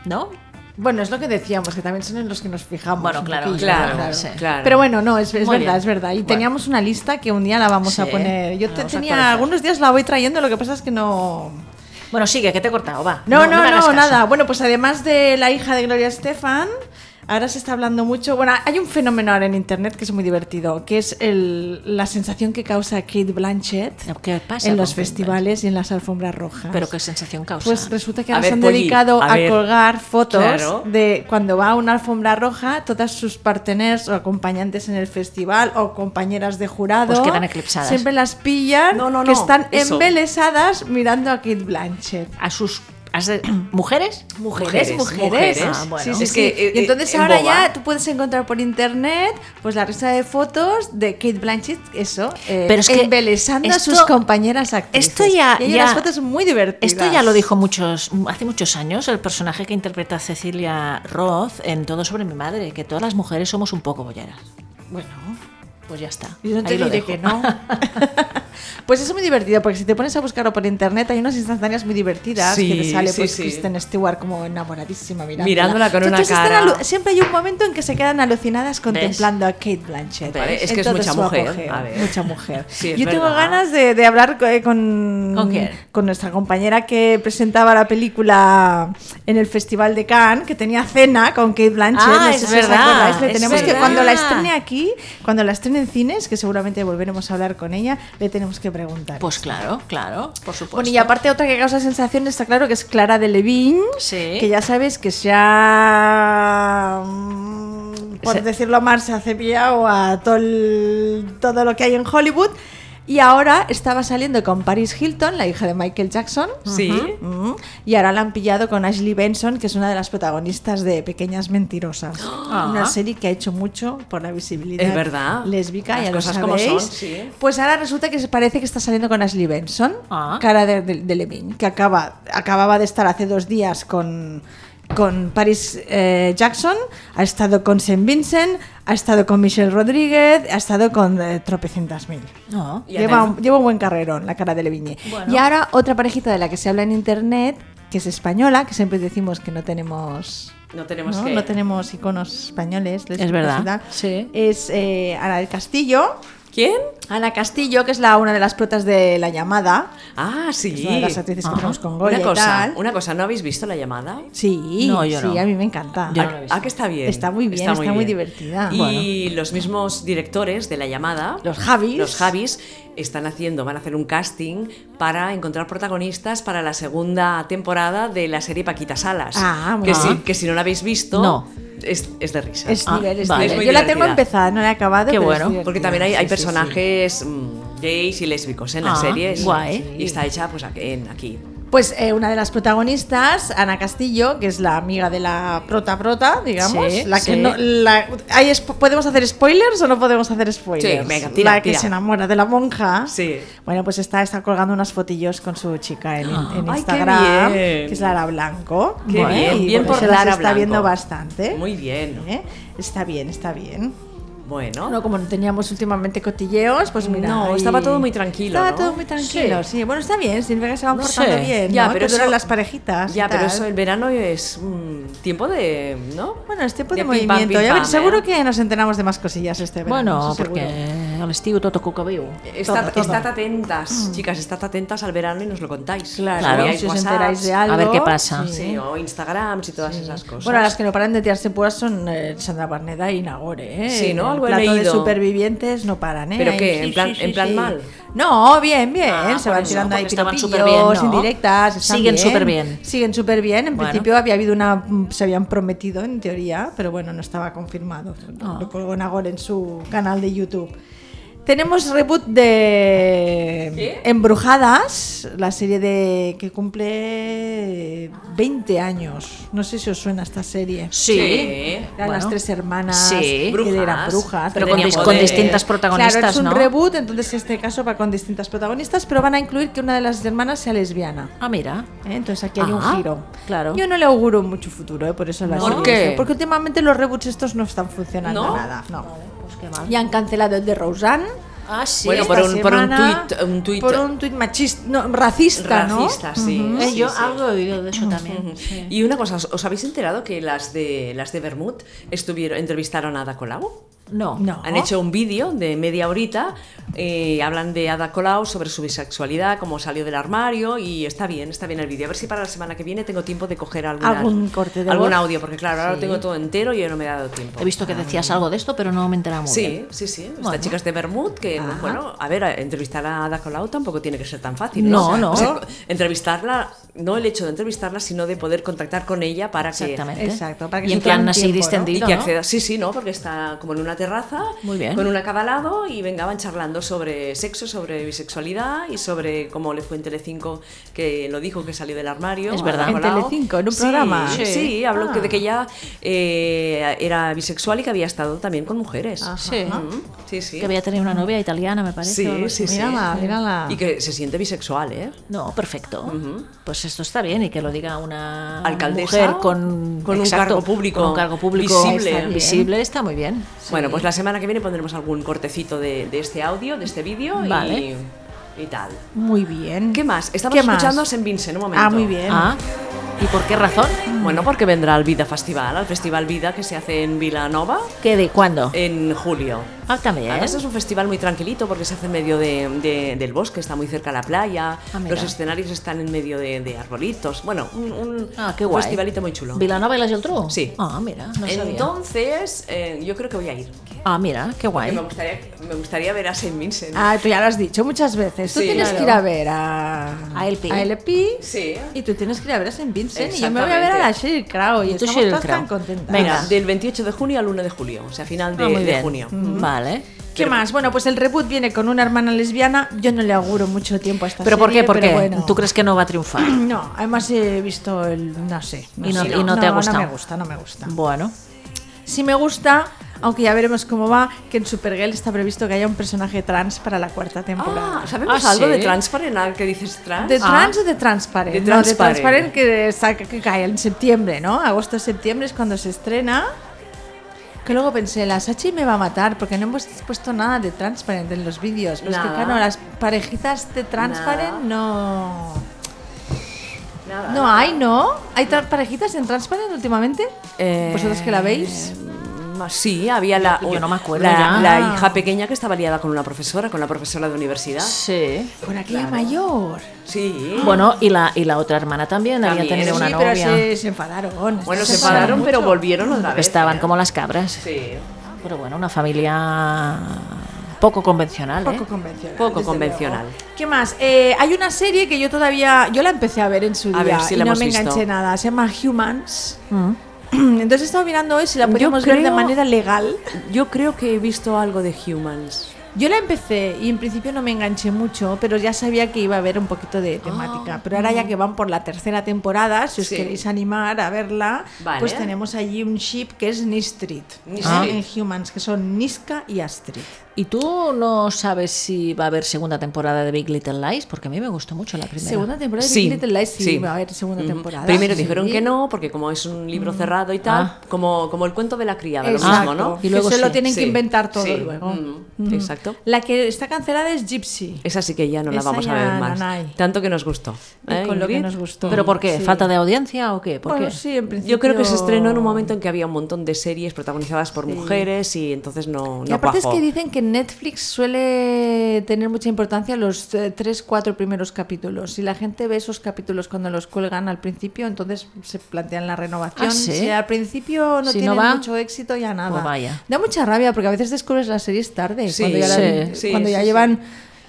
B: ¿no?
F: Bueno, es lo que decíamos, que también son en los que nos fijamos.
B: Bueno,
F: un
B: claro,
F: poquillo,
A: claro,
B: sí.
A: claro.
F: Pero bueno, no, es, es
B: Muy
F: verdad,
B: bien.
F: es verdad. Y teníamos una lista que un día la vamos a
B: Sí,
F: poner. Yo te-
B: vamos a
F: tenía
B: actualizar.
F: algunos días la voy trayendo, lo que pasa es que no.
B: Bueno, sigue, que te he cortado, va.
F: No, no,
B: me
F: no,
B: hagas caso.
F: nada. Bueno, pues además de la hija de Gloria Estefan, Ahora se está hablando mucho. Bueno, hay un fenómeno ahora en internet que es muy divertido, que es el- la sensación que causa Kate Blanchett
B: ¿Qué pasa
F: en
B: con
F: los
B: Kate
F: festivales y en las alfombras rojas.
B: Pero qué sensación causa.
F: Pues resulta que
A: A
F: ahora
A: ver,
F: se han
A: Polly,
F: dedicado
A: a
F: a,
A: ver.
F: colgar fotos
A: Claro.
F: de cuando va a una alfombra roja, todas sus parteners o acompañantes en el festival o compañeras de jurado.
B: Pues quedan eclipsadas.
F: Siempre las pillan,
A: No, no,
F: que
A: no,
F: están
A: eso.
F: embelesadas mirando a Kate Blanchett.
B: a sus a se- mujeres
A: Mujeres, mujeres.
B: Ah, bueno.
F: Sí, sí,
A: Es
F: sí.
A: que, eh,
F: y entonces
A: eh,
F: ahora
A: emboba.
F: ya tú puedes encontrar por internet pues la lista de fotos de Kate Blanchett, eso, eh,
B: Pero es que
F: embelesando a sus
B: esto-
F: compañeras actrices.
B: esto ya-
F: y hay
B: ya-
F: unas fotos muy divertidas.
B: Esto ya lo dijo muchos hace muchos años el personaje que interpreta Cecilia Roth en Todo sobre mi madre, que todas las mujeres somos un poco bolleras. Bueno, pues ya está.
F: Yo no te
B: Ahí lo
F: diré
B: dejo.
F: que no. pues es muy divertido, porque si te pones a buscarlo por internet, hay unas instantáneas muy divertidas
A: Sí,
F: que te sale
A: sí,
F: pues
A: sí.
F: Kristen Stewart como enamoradísima mirándola.
A: Mirándola con una
F: Entonces, están
A: cara.
F: alu- siempre hay un momento en que se quedan alucinadas contemplando a Kate Blanchett.
A: Vale,
F: En
A: es que es
F: todo
A: mucha
F: su
A: mujer,
F: apogeo,
A: a ver.
F: Mucha mujer.
A: Sí, es
F: Yo tengo
A: verdad.
F: ganas de, de hablar co- eh, con,
B: ¿Con quién?
F: con nuestra compañera que presentaba la película en el Festival de Cannes, que tenía cena con Kate Blanchett.
B: Ah,
F: no sé
B: es
F: si os
B: verdad,
F: acordáis, le
B: es
F: tenemos que
B: verdad.
F: cuando la estrene aquí, cuando la estrene en cines, que seguramente volveremos a hablar con ella, le tenemos que preguntar.
B: Pues claro, claro, por supuesto.
F: bueno, y aparte otra que causa sensación está claro que es Clara de Levine,
B: Sí.
F: que ya sabes que se ha, mm, por
B: Se-
F: decirlo más, se ha cepillado a todo, el- todo lo que hay en Hollywood y ahora estaba saliendo con Paris Hilton, la hija de Michael Jackson.
A: Sí.
F: Mm, Y ahora la han pillado con Ashley Benson, que es una de las protagonistas de Pequeñas Mentirosas. Una serie que ha hecho mucho por la visibilidad
A: Ah. Es verdad.
F: lésbica,
A: Las
F: ya
A: cosas
F: lo
A: como
F: sabéis.
A: son, sí.
F: Pues ahora resulta que se parece que está saliendo con Ashley Benson,
B: Ah.
F: cara de, de, de Levine, que acaba, acababa de estar hace dos días con, con Paris eh, Jackson, ha estado con St. Vincent, ha estado con Michelle Rodríguez, ha estado con eh, tropecientas mil.
B: No.
A: Y
F: Lleva
A: además-
F: un, lleva un buen carrerón la cara de Leviñe. Y ahora otra parejita de la que se habla en internet, que es española, que siempre decimos que no tenemos...
A: No tenemos
F: ¿no?
A: que.
F: No tenemos iconos españoles. les-
B: Es verdad,
F: les-
B: sí.
F: Es eh, Ana del Castillo.
A: ¿Quién?
F: Ana Castillo, que es la, una de las protas de La Llamada.
A: Ah, sí.
F: Es una de las actrices que
B: Ajá.
F: tenemos con Goya
A: Una
F: y
A: cosa,
F: tal.
A: una cosa, ¿no habéis visto la llamada?
F: Sí,
B: No, yo
F: sí,
B: no.
F: a mí me encanta.
B: Yo no la he visto.
A: Ah, que está bien.
F: Está muy bien, está muy divertida.
A: Y
B: Bueno.
A: los mismos directores de La Llamada,
F: Los Javis.
A: los Javis, están haciendo, van a hacer un casting para encontrar protagonistas para la segunda temporada de la serie Paquita Salas.
F: Ah, muy
A: que,
F: bien.
A: si, que si no la habéis visto,
B: No.
A: es, es de risa.
F: Es
B: Ah,
F: nivel, es
B: vale.
F: nivel.
A: Es muy
F: Yo la tengo
A: divertida.
F: empezada, no la he acabado.
B: Qué
F: pero es
B: bueno.
F: divertida,
A: Porque también hay, hay
F: sí, sí, sí.
A: personajes mm, gays y lésbicos en la
B: Ah,
A: serie.
B: guay.
A: Y está hecha pues aquí. en- aquí.
F: Pues eh, una de las protagonistas, Ana Castillo, que es la amiga de la prota prota, digamos,
B: Sí,
F: la que
B: sí.
F: no, la- hay spo- podemos hacer spoilers o no podemos hacer spoilers.
A: Sí, venga, tira,
F: la que
A: tira.
F: se enamora de la monja.
A: Sí.
F: Bueno, pues está, está colgando unas fotillos con su chica en, en
A: qué
F: Instagram,
A: bien.
F: que es Lara Blanco.
A: Qué
F: Bueno,
A: bien,
F: y
A: bien
F: bueno,
A: por
F: se Pues las
A: Lara
F: está
A: Blanco.
F: viendo bastante.
A: Muy bien.
F: ¿eh? Está bien, está bien.
A: Bueno.
F: Bueno, como no teníamos últimamente cotilleos, pues mira.
A: No,
F: ahí-
A: estaba todo muy tranquilo,
F: Estaba
A: ¿no?
F: todo muy tranquilo, sí. Bueno, está bien, Silvia que se van
B: No
F: portando
B: sé.
F: bien.
A: Ya,
F: ¿no?
A: pero
F: Que duran
A: eso-
F: las parejitas. y
A: Ya, pero
F: pues, tal.
A: eso, el verano es mm, tiempo de. ¿No?
F: Bueno, es tiempo de,
A: pim, pam,
F: movimiento.
A: pim,
F: ya ver,
A: pam,
F: seguro
A: ¿eh?
F: que nos enteramos de más cosillas este verano.
B: Bueno,
F: eso seguro.
B: porque el estiu tot ho que viu.
A: Estad,
F: Todo, todo.
A: estad atentas, chicas, estad atentas al verano y nos lo contáis.
F: Claro,
B: Claro.
A: Enviáis
F: si os
A: WhatsApps,
F: enteráis de algo.
B: A ver qué pasa.
F: sí.
A: sí, o Instagrams y todas esas cosas.
F: Bueno, las que no paran de tirarse púas son eh, Sandra Barneda y Nagore, ¿eh?
A: Sí, ¿no?
F: En el
A: Algo he
F: plato de
A: leído.
F: supervivientes no paran, ¿eh?
A: ¿Pero
F: Ahí,
A: qué? ¿En plan- en plan mal? pues
F: No, bien, bien.
B: Ah,
F: se
B: por
F: van
B: eso,
F: tirando ahí
B: porque estaban
F: tiropillos,
B: superbién, ¿no?
F: indirectas. están
B: Siguen
F: bien.
B: superbién.
F: Siguen súper bien. En
B: Bueno.
F: principio había habido una... mm, Se habían prometido, en teoría, pero bueno, no estaba confirmado.
B: Ah.
F: Lo colgó Nagore en su canal de YouTube. Tenemos reboot de Embrujadas, la serie de que cumple 20 años. No sé si os suena esta serie.
B: Sí.
F: Eran las
B: Bueno.
F: tres hermanas
B: Sí.
F: que eran
A: Brujas.
F: brujas.
B: Pero
A: Pero
B: con,
A: tenía
B: dis- con
A: poderes.
B: distintas protagonistas,
F: Claro, es un
B: ¿no?
F: reboot, entonces en este caso va con distintas protagonistas, pero van a incluir que una de las hermanas sea lesbiana.
B: Ah, mira.
F: ¿eh? Entonces aquí hay
B: Ah,
F: un giro.
B: claro.
F: Yo no le auguro mucho futuro, ¿eh? por eso la
B: ¿No?
F: serie
B: ¿Por qué?
F: esta, Porque últimamente los reboots estos no están funcionando
A: ¿No? pues
F: nada. No. Ya han cancelado el de Roseanne.
B: Ah, sí.
A: Bueno,
F: esta
A: por un- por un
F: semana,
A: tuit- un tuit-
F: Por un tuit machista, no, racista, ¿no?
A: Racista, sí.
B: Eh,
A: sí,
B: yo
A: sí.
B: algo he oído de eso también. sí.
A: Y una cosa, ¿os, os habéis enterado que las de las de Bermud estuvieron entrevistaron a Ada Colau?
B: No.
F: No.
A: Han hecho un vídeo de media horita, eh, hablan de Ada Colau sobre su bisexualidad, cómo salió del armario y está bien, está bien el vídeo. A ver si para la semana que viene tengo tiempo de coger alguna-
F: Algún corte de
A: algún
F: voz.
A: audio, porque claro, ahora lo tengo todo entero y yo no me he dado tiempo.
B: He visto que decías algo de esto, pero no me enteraba muy
A: Sí,
B: bien.
A: sí, sí. Esta
B: Bueno.
A: chica es de Bermud, que,
F: Ajá.
A: bueno, a ver, entrevistar a Ada Colau tampoco tiene que ser tan fácil.
B: No,
A: O sea,
B: no.
A: o sea, entrevistarla, no el hecho de entrevistarla, sino de poder contactar con ella para que...
B: Exactamente.
F: Exacto, para que
B: y
F: se
B: en
F: tome
B: plan
F: un
B: así
F: tiempo, ¿no?
A: Y
B: distendido.
A: que
B: ¿no?
A: acceda, sí, sí, ¿no? Porque está como en una terraza,
B: Muy bien.
A: con una a cada lado y venga, van charlando sobre sexo, sobre bisexualidad y sobre cómo le fue en Telecinco que lo dijo que salió del armario.
B: Es verdad.
A: a Ada
F: En
A: Colau.
F: Telecinco, en un
A: Sí,
F: programa.
A: Sí,
B: Sí.
A: habló
F: Ah.
A: que de que ella eh, era bisexual y que había estado también con mujeres.
B: Ah, Sí.
A: Mm, Sí, sí.
B: Que había tenido una novia italiana, me parece.
A: Sí,
B: o algo
A: sí,
B: así.
A: sí.
F: Mírala, mírala.
A: Y que se siente bisexual, ¿eh?
B: No, perfecto. Pues esto está bien y que lo diga una
A: Alcaldesa,
B: mujer con,
A: con un cargo público
B: con un cargo público
A: visible.
B: Está bien. visible, está muy bien.
A: Bueno, pues la semana que viene pondremos algún cortecito de, de este audio, de este vídeo y-
B: Vale.
A: y tal.
F: Muy bien.
A: ¿Qué más? Estamos
F: ¿Qué más?
A: escuchando en Vincent un momento.
F: Ah, muy bien.
B: Ah, ¿y por qué razón?
A: Bueno, porque vendrá el Vida Festival, al Festival Vida que se hace en Vilanova
B: ¿Qué de cuándo?
A: en julio.
B: ah, también.
A: Eh, Además es un festival muy tranquilito porque se hace en medio de- de- del bosque, está muy cerca a la playa,
B: Ah, mira.
A: los escenarios están en medio de, de arbolitos, bueno, un, un-
B: Ah, qué
A: un
B: guay.
A: festivalito muy chulo.
B: ¿Vilanova y la Geltrú?
A: Sí.
B: Ah, mira, no sabía.
A: Entonces, eh, yo creo que voy a ir.
B: Ah, mira, qué
A: Que
B: guay.
A: Me, gustaría, me gustaría ver a Saint Vincent.
F: Ah, tú ya lo has dicho muchas veces. Tú
A: Sí,
F: tienes
A: claro.
F: que ir a ver a,
B: A LP.
A: Sí.
F: y tú tienes que ir a ver a Saint Vincent. Y yo me voy a ver a la Sheryl Crow. Y
B: Y tú
F: estamos
B: Sheryl
F: todas
B: Crow.
F: tan contentas.
B: Venga.
A: Mira, del 28 de junio al 1 de julio, o sea, final de,
B: Ah, muy
A: de
B: bien.
A: junio.
B: Vale.
F: ¿Qué más? Bueno, pues el reboot viene con una hermana lesbiana. Yo no le auguro mucho tiempo a esta
B: ¿Pero por qué?
F: serie,
B: ¿Por
F: pero
B: qué?
F: bueno.
B: ¿Tú crees que no va a triunfar?
F: No, además he visto el. No sé.
B: Y no-
F: sé.
B: y no te ha gustado.
F: No me gusta, no me gusta.
B: bueno.
F: Si me gusta, aunque ya veremos cómo va, que en Supergirl está previsto que haya un personaje trans para la cuarta temporada.
A: Ah, ¿sabemos
B: Ah,
A: algo
B: sí.
A: de Transparent? ¿Al que dices trans?
F: ¿De trans o de transparent?
A: Ah. De
F: No, de
A: transparent.
F: transparent que, saca- que cae en septiembre, ¿no? Agosto-septiembre es cuando se estrena. Que luego pensé, la Sachi me va a matar porque no hemos puesto nada de transparent en los vídeos. Pero es que,
A: Nada.
F: claro, las parejitas de transparent no.
A: Nada.
F: No hay, ¿no? ¿Hay tra- parejitas en transparent últimamente?
A: Eh,
F: ¿Vosotros que la veis?
A: Ma- Ah, Sí, había la,
B: Yo no me acuerdo ya.
A: la, la hija pequeña que estaba liada con una profesora, con la profesora de universidad.
B: Sí.
F: Con aquella mayor.
A: Sí.
B: Bueno, y la, y la otra hermana también,
A: También,
B: había tenido
A: Eh, sí,
B: una
F: sí,
B: novia.
F: pero se, se enfadaron.
A: Bueno, se
B: se
A: separaron,
B: separaron
A: pero volvieron otra vez.
B: Estaban
A: ¿eh?
B: como las cabras.
A: Sí.
B: Pero bueno, una familia poco convencional, ¿eh?
F: Poco convencional.
A: Poco
F: desde
A: convencional.
F: luego. ¿Qué más? Eh, hay una serie que yo todavía. Yo la empecé a ver en su día
A: A ver si
F: y
A: la
F: no
A: hemos
F: me
A: visto. Mm.
F: enganché nada. Se llama Humans. Entonces he estado mirando hoy si la podíamos ver de
A: creo-
F: manera legal.
A: Yo creo que he visto algo de Humans.
F: Yo la empecé y en principio no me enganché mucho, pero ya sabía que iba a haber un poquito de temática. pero ahora ya que van por la tercera temporada, si os
A: Ah, mm. Sí.
F: queréis animar a verla,
A: Vale.
F: pues tenemos allí un ship que es Nistrit.
A: Nistrit.
F: En Humans, que son Niska y Astrid.
B: ¿Y tú no sabes si va a haber segunda temporada de Big Little Lies? Porque a mí me gustó mucho la primera.
F: Segunda temporada de
A: Sí,
F: Big Little Lies, sí,
A: sí. Mm-hmm.
F: va a haber segunda temporada.
A: Primero
F: Sí.
A: dijeron que no, porque como es un libro cerrado y tal,
B: Ah.
A: como, como el cuento de la criada,
F: Exacto.
A: lo mismo, ¿no?
B: Y luego
F: que se
B: sí.
F: lo tienen
A: Sí,
F: que inventar todo
A: sí.
F: luego.
A: Mm,
F: Mm.
A: Exacto.
F: La que está cancelada es Gypsy.
A: Esa sí que ya no la
F: Esa
A: vamos a
F: ya
A: ver
F: no,
A: más.
F: no hay.
A: Tanto que nos gustó.
F: Y
A: ¿eh,
F: con lo que
A: Ingrid?
F: nos gustó.
B: ¿Pero por qué?
F: Sí.
B: ¿Falta de audiencia o qué? ¿Por
F: Bueno,
B: qué?
F: sí, en principio.
A: Yo creo que se estrenó en un momento en que había un montón de series protagonizadas por mujeres y entonces no,
F: Y
A: no
F: aparte
A: cuajó.
F: es que dicen que Netflix suele tener mucha importancia los eh, tres, cuatro primeros capítulos. Si la gente ve esos capítulos cuando los cuelgan al principio, entonces se plantean la renovación.
B: Ah, ¿sí?
F: Si al principio no
B: Si no
F: tienen
B: va,
F: mucho éxito, ya nada.
B: pues vaya.
F: Da mucha rabia porque a veces descubres las series tarde,
A: Sí,
F: cuando ya, la-
B: sí,
A: sí,
F: cuando
A: sí,
F: ya
A: sí.
F: llevan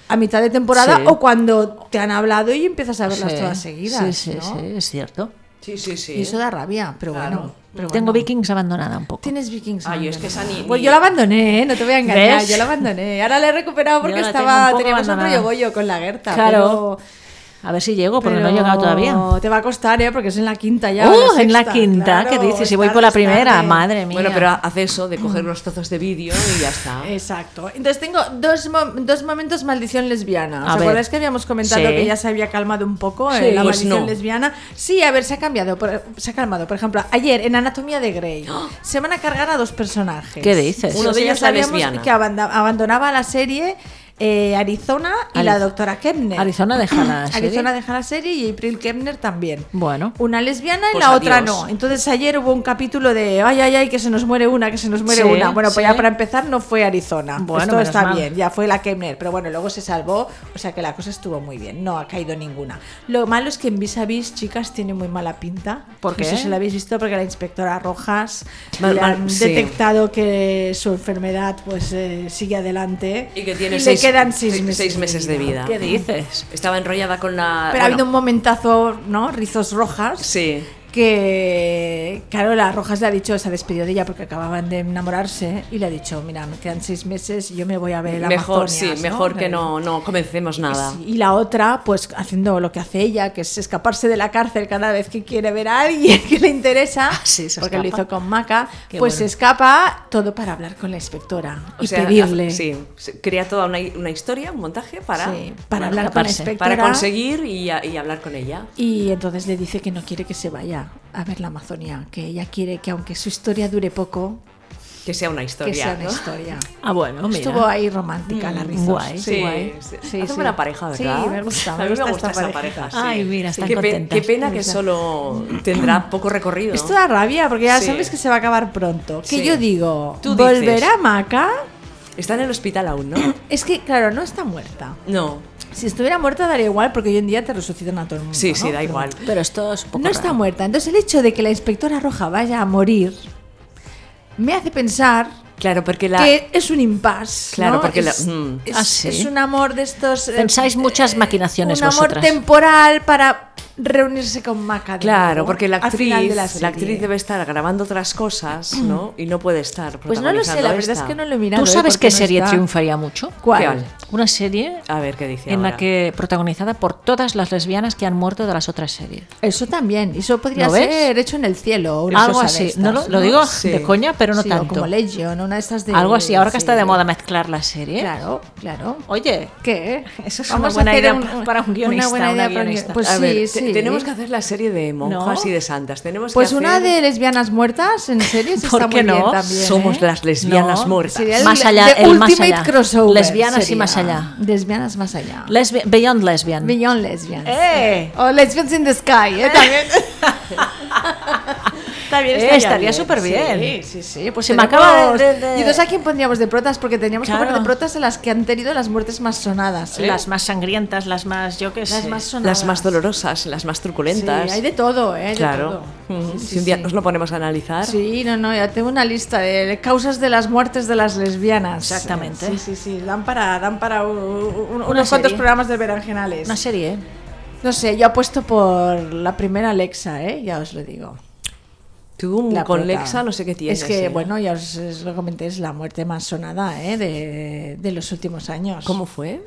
F: a mitad de temporada
B: Sí.
F: o cuando te han hablado y empiezas a verlas
B: Sí.
F: todas seguidas.
B: Sí, sí,
F: ¿no?
B: sí, es cierto.
A: Sí, sí, sí.
F: Y eso da rabia, pero bueno. pero
B: Tengo
F: bueno.
B: Vikings abandonada un poco.
F: Tienes Vikings.
A: Ah, yo es que esa ni-
F: Pues
A: ni-
F: yo la abandoné, ¿eh? no te voy a engañar.
B: ¿Ves?
F: Yo la abandoné. Ahora la he recuperado porque
B: Yo la tengo un
F: estaba
B: poco
F: teníamos un
B: abandonada.
F: rollo bollo con la Gerta.
B: Claro.
F: pero-
B: A ver si llego, porque no he
F: pero
B: llegado todavía.
F: Te va a costar, ¿eh? Porque es en la quinta ya.
B: ¡Uh!
F: o
B: en la
F: sexta,
B: quinta,
F: claro,
B: ¿qué dices?
F: es
B: Si voy
F: tarde,
B: por la
F: es tarde.
B: primera, madre mía.
A: Bueno, pero haz eso de
F: Mm.
A: coger unos trozos de vídeo y ya está.
F: Eh, Exacto. Entonces tengo dos, mo- dos momentos maldición lesbiana.
B: A
F: ¿Os
B: ver.
F: acordáis que habíamos
B: Sí.
F: comentado que ya se había calmado un poco eh,
A: Sí.
F: la
A: Pues
F: maldición
A: no.
F: lesbiana? Sí, a ver, se ha cambiado. por- se ha calmado. Por ejemplo, ayer en Anatomía de Grey se van a cargar a dos personajes.
B: ¿Qué dices?
A: Uno de
F: ya
A: ellos la
F: sabíamos
A: lesbiana.
F: Que abanda- abandonaba la serie eh, Arizona y
B: Ariz-
F: la doctora Kepner.
B: Arizona deja la Ah, serie.
F: Arizona deja la serie y April Kepner también.
B: Bueno.
F: Una lesbiana y
A: Pues
F: la otra
A: adiós.
F: no. Entonces ayer hubo un capítulo de ay, ay, ay, que se nos muere una, que se nos muere
B: Sí,
F: una. Bueno, pues
B: sí.
F: ya para empezar no fue Arizona.
B: Bueno,
F: Esto
B: menos
F: está
B: mal.
F: bien, ya fue la Kemner, pero bueno, luego se salvó, o sea que la cosa estuvo muy bien, no ha caído ninguna. Lo malo es que en Vis a Vis, chicas, tiene muy mala pinta.
B: ¿Por qué?
F: No sé si la habéis visto porque la inspectora Rojas
A: Mal-
F: le
A: mal-
F: han
A: sí.
F: detectado que su enfermedad pues eh, sigue adelante
A: Y que tiene
F: le
A: seis-
F: quedan seis,
A: seis-
F: meses,
A: seis meses de vida. Mm.
B: ¿Qué dices?
A: Estaba enrollada con la. Ah, bueno,
F: Pero ha habido un momentazo, ¿no? Rizos rojas.
A: Sí.
F: Que Carola Rojas le ha dicho, se ha despedido de ella porque acababan de enamorarse y le ha dicho, mira, me quedan seis meses y yo me voy a ver el
A: Mejor, sí,
F: Amazonias",
A: mejor
F: Le
A: que
F: dijo.
A: no, no comencemos nada.
F: Sí, Y la otra, pues haciendo lo que hace ella, que es escaparse de la cárcel cada vez que quiere ver a alguien que le interesa,
A: Ah,
B: sí, se
F: porque lo
B: escapa.
F: hizo con Maca,
B: Qué
F: pues
B: bueno.
F: se escapa todo para hablar con la inspectora
A: O
F: y
A: sea,
F: pedirle.
A: haz- Sí, se- crea toda una, una historia, un montaje para,
F: Sí, para hablar con la
B: escaparse,
F: inspectora.
A: para conseguir y, a- y hablar con ella.
F: Y entonces le dice que no quiere que se vaya a ver la Amazonía, que ella quiere que aunque su historia dure poco,
A: Que sea una historia.
F: que sea una
A: ¿no?
F: historia.
B: Ah, bueno, mira.
F: Estuvo ahí romántica la risa.
B: guay.
A: Sí,
F: guay.
A: sí.
F: Sí,
A: Hacen
F: sí.
A: buena pareja, ¿verdad?
F: Sí, me gusta.
A: a mí me
F: esta
A: gusta esa pareja.
F: parejita.
A: sí.
B: Ay, mira, están
A: qué, pe-
B: contentas.
A: qué pena
F: Me
A: que
F: gusta.
A: solo tendrá poco recorrido.
F: Esto da rabia porque ya
A: Sí.
F: sabes que se va a acabar pronto. Que
A: Sí.
F: yo digo,
A: Tú dices.
F: ¿volverá Maca?
A: Está en el hospital aún, ¿no?
F: Es que, claro, no está muerta.
A: No.
F: Si estuviera muerta daría igual porque hoy en día te resucitan a todo el mundo.
A: Sí, sí,
F: ¿no?
A: da
F: Pero
A: igual.
B: Pero esto es un poco
F: no está
B: raro.
F: muerta. Entonces el hecho de que la inspectora roja vaya a morir me hace pensar
A: Claro, porque la.
F: que es un impasse.
A: Claro,
F: ¿no?
A: porque la-
F: es,
A: mm.
F: es-
B: Ah, sí.
F: es un amor de estos. eh,
B: Pensáis muchas maquinaciones
F: Un amor
B: vosotras.
F: temporal para reunirse con Maca. de
A: Claro,
F: nuevo
A: porque la
F: al final
A: actriz,
F: de
A: la,
F: serie.
A: actriz debe estar grabando otras cosas, ¿no? Y no puede estar.
F: Pues no lo sé,
A: protagonizando
F: la verdad es
A: esta.
F: que no lo he mirado.
B: ¿Tú
F: ¿eh?
B: sabes
F: porque
B: qué
F: no
B: serie
F: está.
B: triunfaría mucho?
F: ¿Cuál?
A: ¿Cuál?
B: Una serie
A: A ver qué dice
B: en
A: ahora.
B: la que protagonizada por todas las lesbianas que han muerto de las otras series.
F: Eso también. Eso podría
B: ¿Lo ves?
F: ser hecho en el cielo. o una
B: Algo
F: cosa de
B: así.
F: estas,
B: No lo, lo digo
A: Sí.
B: de coña, pero no
F: Sí, o
B: tanto.
F: como Legion, una de estas de.
B: Algo así. Ahora que está
F: sí.
B: de moda mezclar la serie.
F: Claro, claro.
B: Oye,
F: ¿Qué?
B: Eso es una
F: Vamos
B: buena
F: a hacer
B: idea
F: un-
B: pa- para un guionista,
F: Una buena
B: una
F: idea para un
B: guionista.
F: guion- Pues
A: A
F: sí,
A: ver, te-
F: sí.
A: tenemos que hacer la serie de monjas
B: No.
A: y de santas. Tenemos que
F: Pues una
A: hacer-
F: de lesbianas muertas en series
B: ¿Por
F: está
B: qué
F: muy bien
B: no?
F: también.
A: Somos
F: ¿eh? Pues
A: las lesbianas
B: No,
A: muertas.
F: Sería el-
B: Más allá,
F: the
B: el más
F: ultimate
B: allá.
F: crossover
B: Lesbianas y
F: sería.
B: más allá.
F: Lesbianas más allá.
B: lesbi- Beyond Lesbian.
F: Beyond lesbians.
B: ¡Eh!
F: O lesbians in the sky, ¿eh? También. También
B: Eh, estaría superbién.
F: Sí, sí, sí. Pues
B: Se me acaba de-
F: tenemos-
B: de- de-
F: Y entonces, ¿a quién pondríamos de protas? Porque teníamos que
B: Claro.
F: poner de protas a las que han tenido las muertes más sonadas. ¿eh?
B: Las más sangrientas, las más, yo qué sé.
F: Las más sonadas.
A: las más dolorosas, las más
F: Sí,
A: truculentas.
F: hay de todo, ¿eh? Hay de
A: claro.
F: todo.
A: Mm,
F: Sí, sí,
A: si un día
F: sí.
A: nos lo ponemos a analizar.
F: Sí, no, no, ya tengo una lista de causas de las muertes de las lesbianas.
B: Exactamente.
F: Sí, sí, sí, dan para, dan para u- u- unos
B: Una
F: cuantos
B: serie.
F: programas de berenjenales.
B: Una serie.
F: No sé, yo apuesto por la primera Alexa, ¿eh? Ya os lo digo.
A: Tú
F: La
A: Mm, con
F: prota.
A: Lexa no sé qué tienes.
F: Es que,
A: ¿eh?
F: bueno, ya os, os lo comenté, es la muerte más sonada, ¿eh? De, de los últimos años.
A: ¿Cómo fue?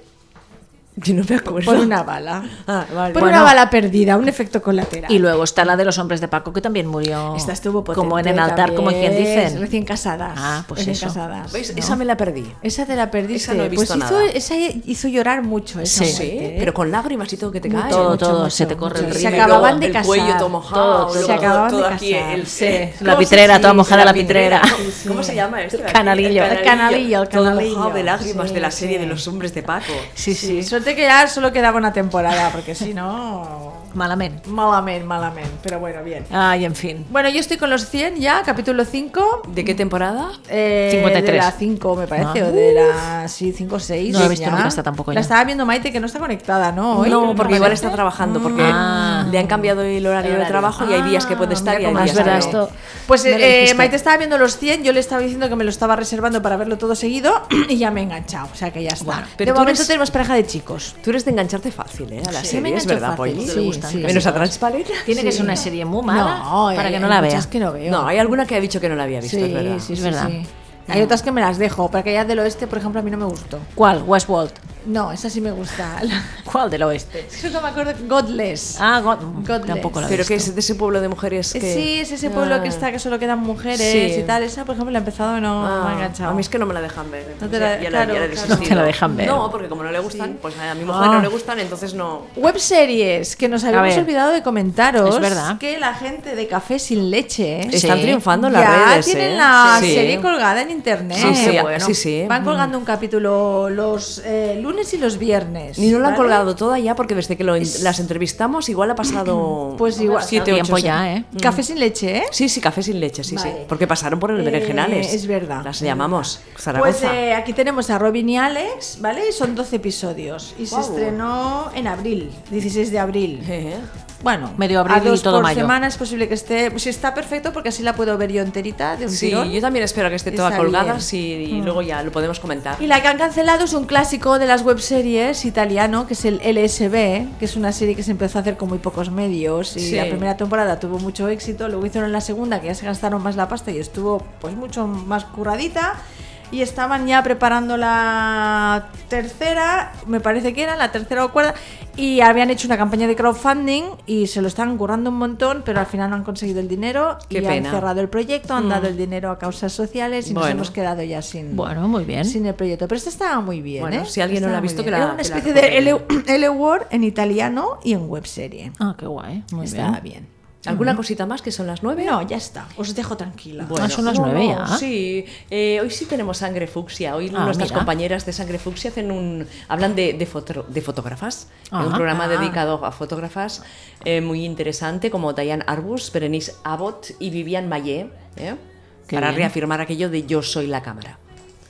A: Yo no me acuerdo.
F: Por una bala.
A: Ah, vale.
F: Por
A: Bueno.
F: una bala perdida, un efecto colateral.
B: Y luego está la de los hombres de Paco, que también murió.
F: Esta estuvo potente
B: Como en el altar, como quien
F: también,
B: dicen.
F: Recién casadas.
B: Ah, pues
F: recién
B: eso.
F: casadas.
A: ¿Veis?
F: ¿no?
A: Esa me la perdí.
F: Esa te la perdiste.
A: Esa no he visto
F: pues
A: nada.
F: Hizo, esa hizo llorar mucho esa
B: Sí.
A: Sí,
F: muerte, ¿eh?
A: pero con lágrimas y todo que te
F: Mucho,
A: cae.
B: Todo,
F: mucho,
B: todo,
F: mucho,
B: se te corre el
F: mucho. Se
B: rímel,
F: acababan de
A: el
F: casar.
A: cuello todo mojado,
B: todo,
F: se
B: todo,
F: acababan
A: todo
F: de
A: aquí,
F: casar.
A: el- sí.
B: La pitrera, toda mojada la pitrera.
A: ¿Cómo- ¿Cómo se llama esto?
B: El canalillo.
F: El canalillo, el
A: Todo
F: canalillo.
A: mojado de lágrimas
F: Sí,
A: de la serie
F: sí.
A: de los hombres de Paco.
B: Sí, sí.
F: Sí, suerte que ya solo quedaba una temporada, porque si no.
B: Malamente.
F: Malamente, malamente. Pero bueno, bien.
B: Ay, en fin.
F: Bueno, yo estoy con los 100 ya, capítulo 5.
A: ¿De qué temporada?
F: Eh,
B: 53.
F: De la 5, me parece,
B: Ah.
F: o de la sí, 5 o 6.
B: No la he visto nunca esta tampoco
F: La
B: yo.
F: estaba viendo Maite, que no está conectada, ¿no? Hoy,
A: No, porque igual
F: parece.
A: está trabajando, porque
B: Ah.
A: le han cambiado el horario de
B: horario.
A: trabajo y hay días que puede
F: Ah,
A: estar y hay
B: cómo
A: días
B: es verdad
A: que no.
B: esto.
F: Pues
B: Me lo
F: eh,
B: dijiste.
F: Maite estaba viendo los 100, yo le estaba diciendo que me lo estaba reservando para verlo todo seguido y ya me he enganchado, o sea que ya está.
A: Bueno, pero
F: de
A: tú
F: momento
A: eres-
F: tenemos pareja de chicos.
A: Tú eres de engancharte fácil, ¿eh? A la
F: Sí,
A: serie,
F: me
A: es
F: engancho
A: verdad,
F: fácil,
A: Polly.
F: sí,
A: Le gustan
F: sí.
A: casi Menos a Transparent.
B: Tiene que
F: Sí.
B: ser una serie muy mala
F: No,
B: para
F: eh,
B: que no
F: hay
B: la
F: muchas
B: veas.
F: que no veo.
A: No, hay alguna que ha dicho que no la había visto,
F: sí,
A: es verdad.
F: sí,
B: Es
F: sí,
B: verdad.
F: sí. Hay otras que me las dejo, para que ya del oeste, por ejemplo, a mí no me gustó.
B: ¿Cuál? Westworld.
F: No, esa sí me gusta.
B: ¿Cuál del oeste?
F: Eso no me acuerdo. Godless.
B: Ah, God-
F: Godless.
B: tampoco la he
A: Pero que
B: visto.
A: es de ese pueblo de mujeres que...
F: Eh, Sí, es ese pueblo que
A: Ah.
F: está que solo quedan mujeres
A: Sí.
F: y tal. Esa, por ejemplo, la he empezado y no me ha
A: Ah,
F: enganchado.
A: a mí es que no me la dejan ver. entonces
F: te la-
A: ya- ya
F: claro,
A: ya
F: claro.
A: desistido.
B: No te la dejan ver.
A: No, porque como no le gustan, pues a mi mujer
F: Ah.
A: no le gustan, entonces no.
F: Web series que nos habíamos
B: ver.
F: olvidado de comentaros.
B: Es verdad.
F: Que la gente de Café Sin Leche
B: Sí.
A: Están triunfando en las
F: ya
A: redes.
F: tienen
A: ¿eh?
F: la
A: Sí.
F: serie colgada en internet.
A: Sí, sí, sí, sí. Mm.
F: Van colgando un capítulo los eh, lunes y los viernes.
A: Ni no la han
F: ¿vale?
A: colgado toda ya, porque desde que lo en- las entrevistamos igual ha pasado.
F: Pues igual.
A: Siete, ocho,
B: tiempo
A: sí.
B: ya, ¿eh?
F: Café Sin Leche, ¿eh?
A: Sí, sí, café sin leche, sí, sí.
F: Vale.
A: Porque pasaron por el
F: Eh,
A: Berenjenales.
F: es verdad.
A: Las llamamos
F: Pues
A: Zaragoza.
F: eh, aquí tenemos a Robin y Alex, ¿vale? Y son 12 episodios. Y se estrenó en abril, 16 de abril.
A: Eh,
F: Bueno,
B: Medio abril
F: a dos
B: y todo
F: por
B: mayo.
F: semana es posible que esté. Si está perfecto, porque así la puedo ver yo enterita de un
A: Sí,
F: tirón.
A: yo también espero que esté toda
F: Está
A: colgada
F: bien. Mm.
A: sí, y luego ya lo podemos comentar.
F: Y la que han cancelado es un clásico de las webseries italiano, que es el LSB, que es una serie que se empezó a hacer con muy pocos medios. Y
A: Sí.
F: la primera temporada tuvo mucho éxito, luego hicieron la segunda, que ya se gastaron más la pasta y estuvo pues mucho más curradita. Y estaban ya preparando la tercera, me parece que era la tercera o cuarta, y habían hecho una campaña de crowdfunding y se lo estaban currando un montón, pero al final no han conseguido el dinero
A: Qué
F: y
A: pena. Mm.
F: han cerrado el proyecto, han dado el dinero a causas sociales y nos
A: Bueno.
F: hemos quedado ya sin,
B: Bueno, muy bien.
F: sin el proyecto. Pero esta estaba muy bien.
A: Bueno,
F: ¿eh?
A: si alguien no la ha visto,
F: muy
A: que la-
F: bien. Era una
A: que la
F: especie de L, Word en italiano y en webserie.
B: Ah, qué guay. Muy
F: Estaba
B: bien.
F: bien.
A: ¿Alguna cosita más que son las nueve?
F: Mm. No, ya está. Os dejo tranquila.
B: Ah, son las
A: no,
B: nueve
A: no,
B: ya.
A: Sí, Eh, hoy sí tenemos sangre fucsia. Hoy
B: Ah,
A: nuestras
B: mira.
A: compañeras de sangre fucsia hacen un, hablan de, de, foto- de fotógrafas.
B: Ah.
A: un programa dedicado a fotógrafas eh, muy interesante como Diane Arbus, Berenice Abbott y Vivian Mayé. ¿eh?
B: Qué
A: Para
B: bien.
A: reafirmar aquello de yo soy la cámara.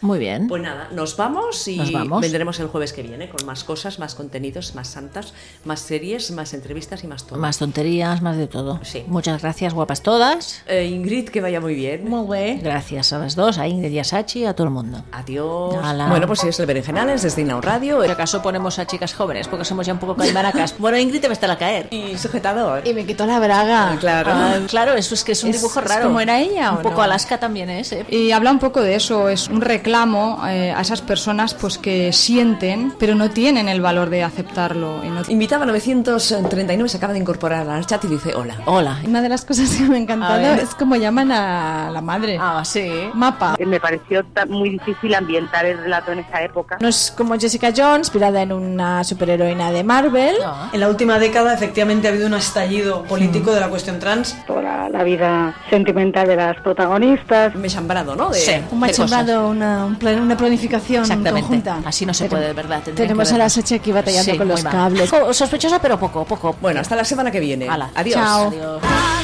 B: Muy bien.
A: Pues nada, nos vamos y
B: Nos vamos.
A: vendremos el jueves que viene con más cosas, más contenidos, más santas, más series, más entrevistas y más todo.
B: Más tonterías, más de todo.
A: Sí.
B: Muchas gracias, guapas todas.
A: Eh, Ingrid, que vaya muy bien.
F: Muy bien.
B: Gracias a las dos, a Ingrid y a Sachi, a todo el mundo.
A: Adiós.
B: Hala.
A: Bueno, pues es el Berenjenales desde Inau Radio.
B: ¿Por acaso ponemos a chicas jóvenes? Porque somos ya un poco caimaracas. Bueno, Ingrid te va a estar a caer.
A: Y sujetador.
H: Y me quitó la braga.
A: Claro.
B: Ah, claro, eso es que es un
H: Es-
B: dibujo
H: es
B: raro.
H: como era ella,
B: Un
H: ¿o
B: poco
H: no?
B: Alaska también es, ¿eh?
H: Y habla un poco de eso, es un reclamo eh, a esas personas pues que sienten, pero no tienen el valor de aceptarlo. y no-
A: Invitaba 939, se acaba de incorporar al chat y dice hola.
B: Hola.
H: Una de las cosas que me ha encantado
B: ver.
H: es como llaman a la madre.
B: Ah, sí.
H: Mapa.
I: Me pareció ta- muy difícil ambientar el relato en esa época.
F: No es como Jessica Jones, inspirada en una superheroína de Marvel.
B: Ah.
J: En la última década, efectivamente, ha habido un estallido político de la cuestión trans.
I: Toda la vida sentimental de las protagonistas.
A: Me he chambrado, ¿no? De-
B: Sí.
H: Un
B: Qué cosas.
H: machembrado, una, un plan- una planificación
B: Exactamente.
H: conjunta.
B: Así no se
H: Pero
B: puede, de verdad. Tendrían
H: Tenemos
B: que
H: a la
B: vernos.
H: Sachi aquí batallando
B: Sí,
H: con los
B: muy mal.
H: cables.
B: Co- Sospechosa, pero poco, poco.
A: Bueno, hasta la semana que viene.
B: Hala.
A: Adiós.
H: Chao.
B: Adiós.
E: I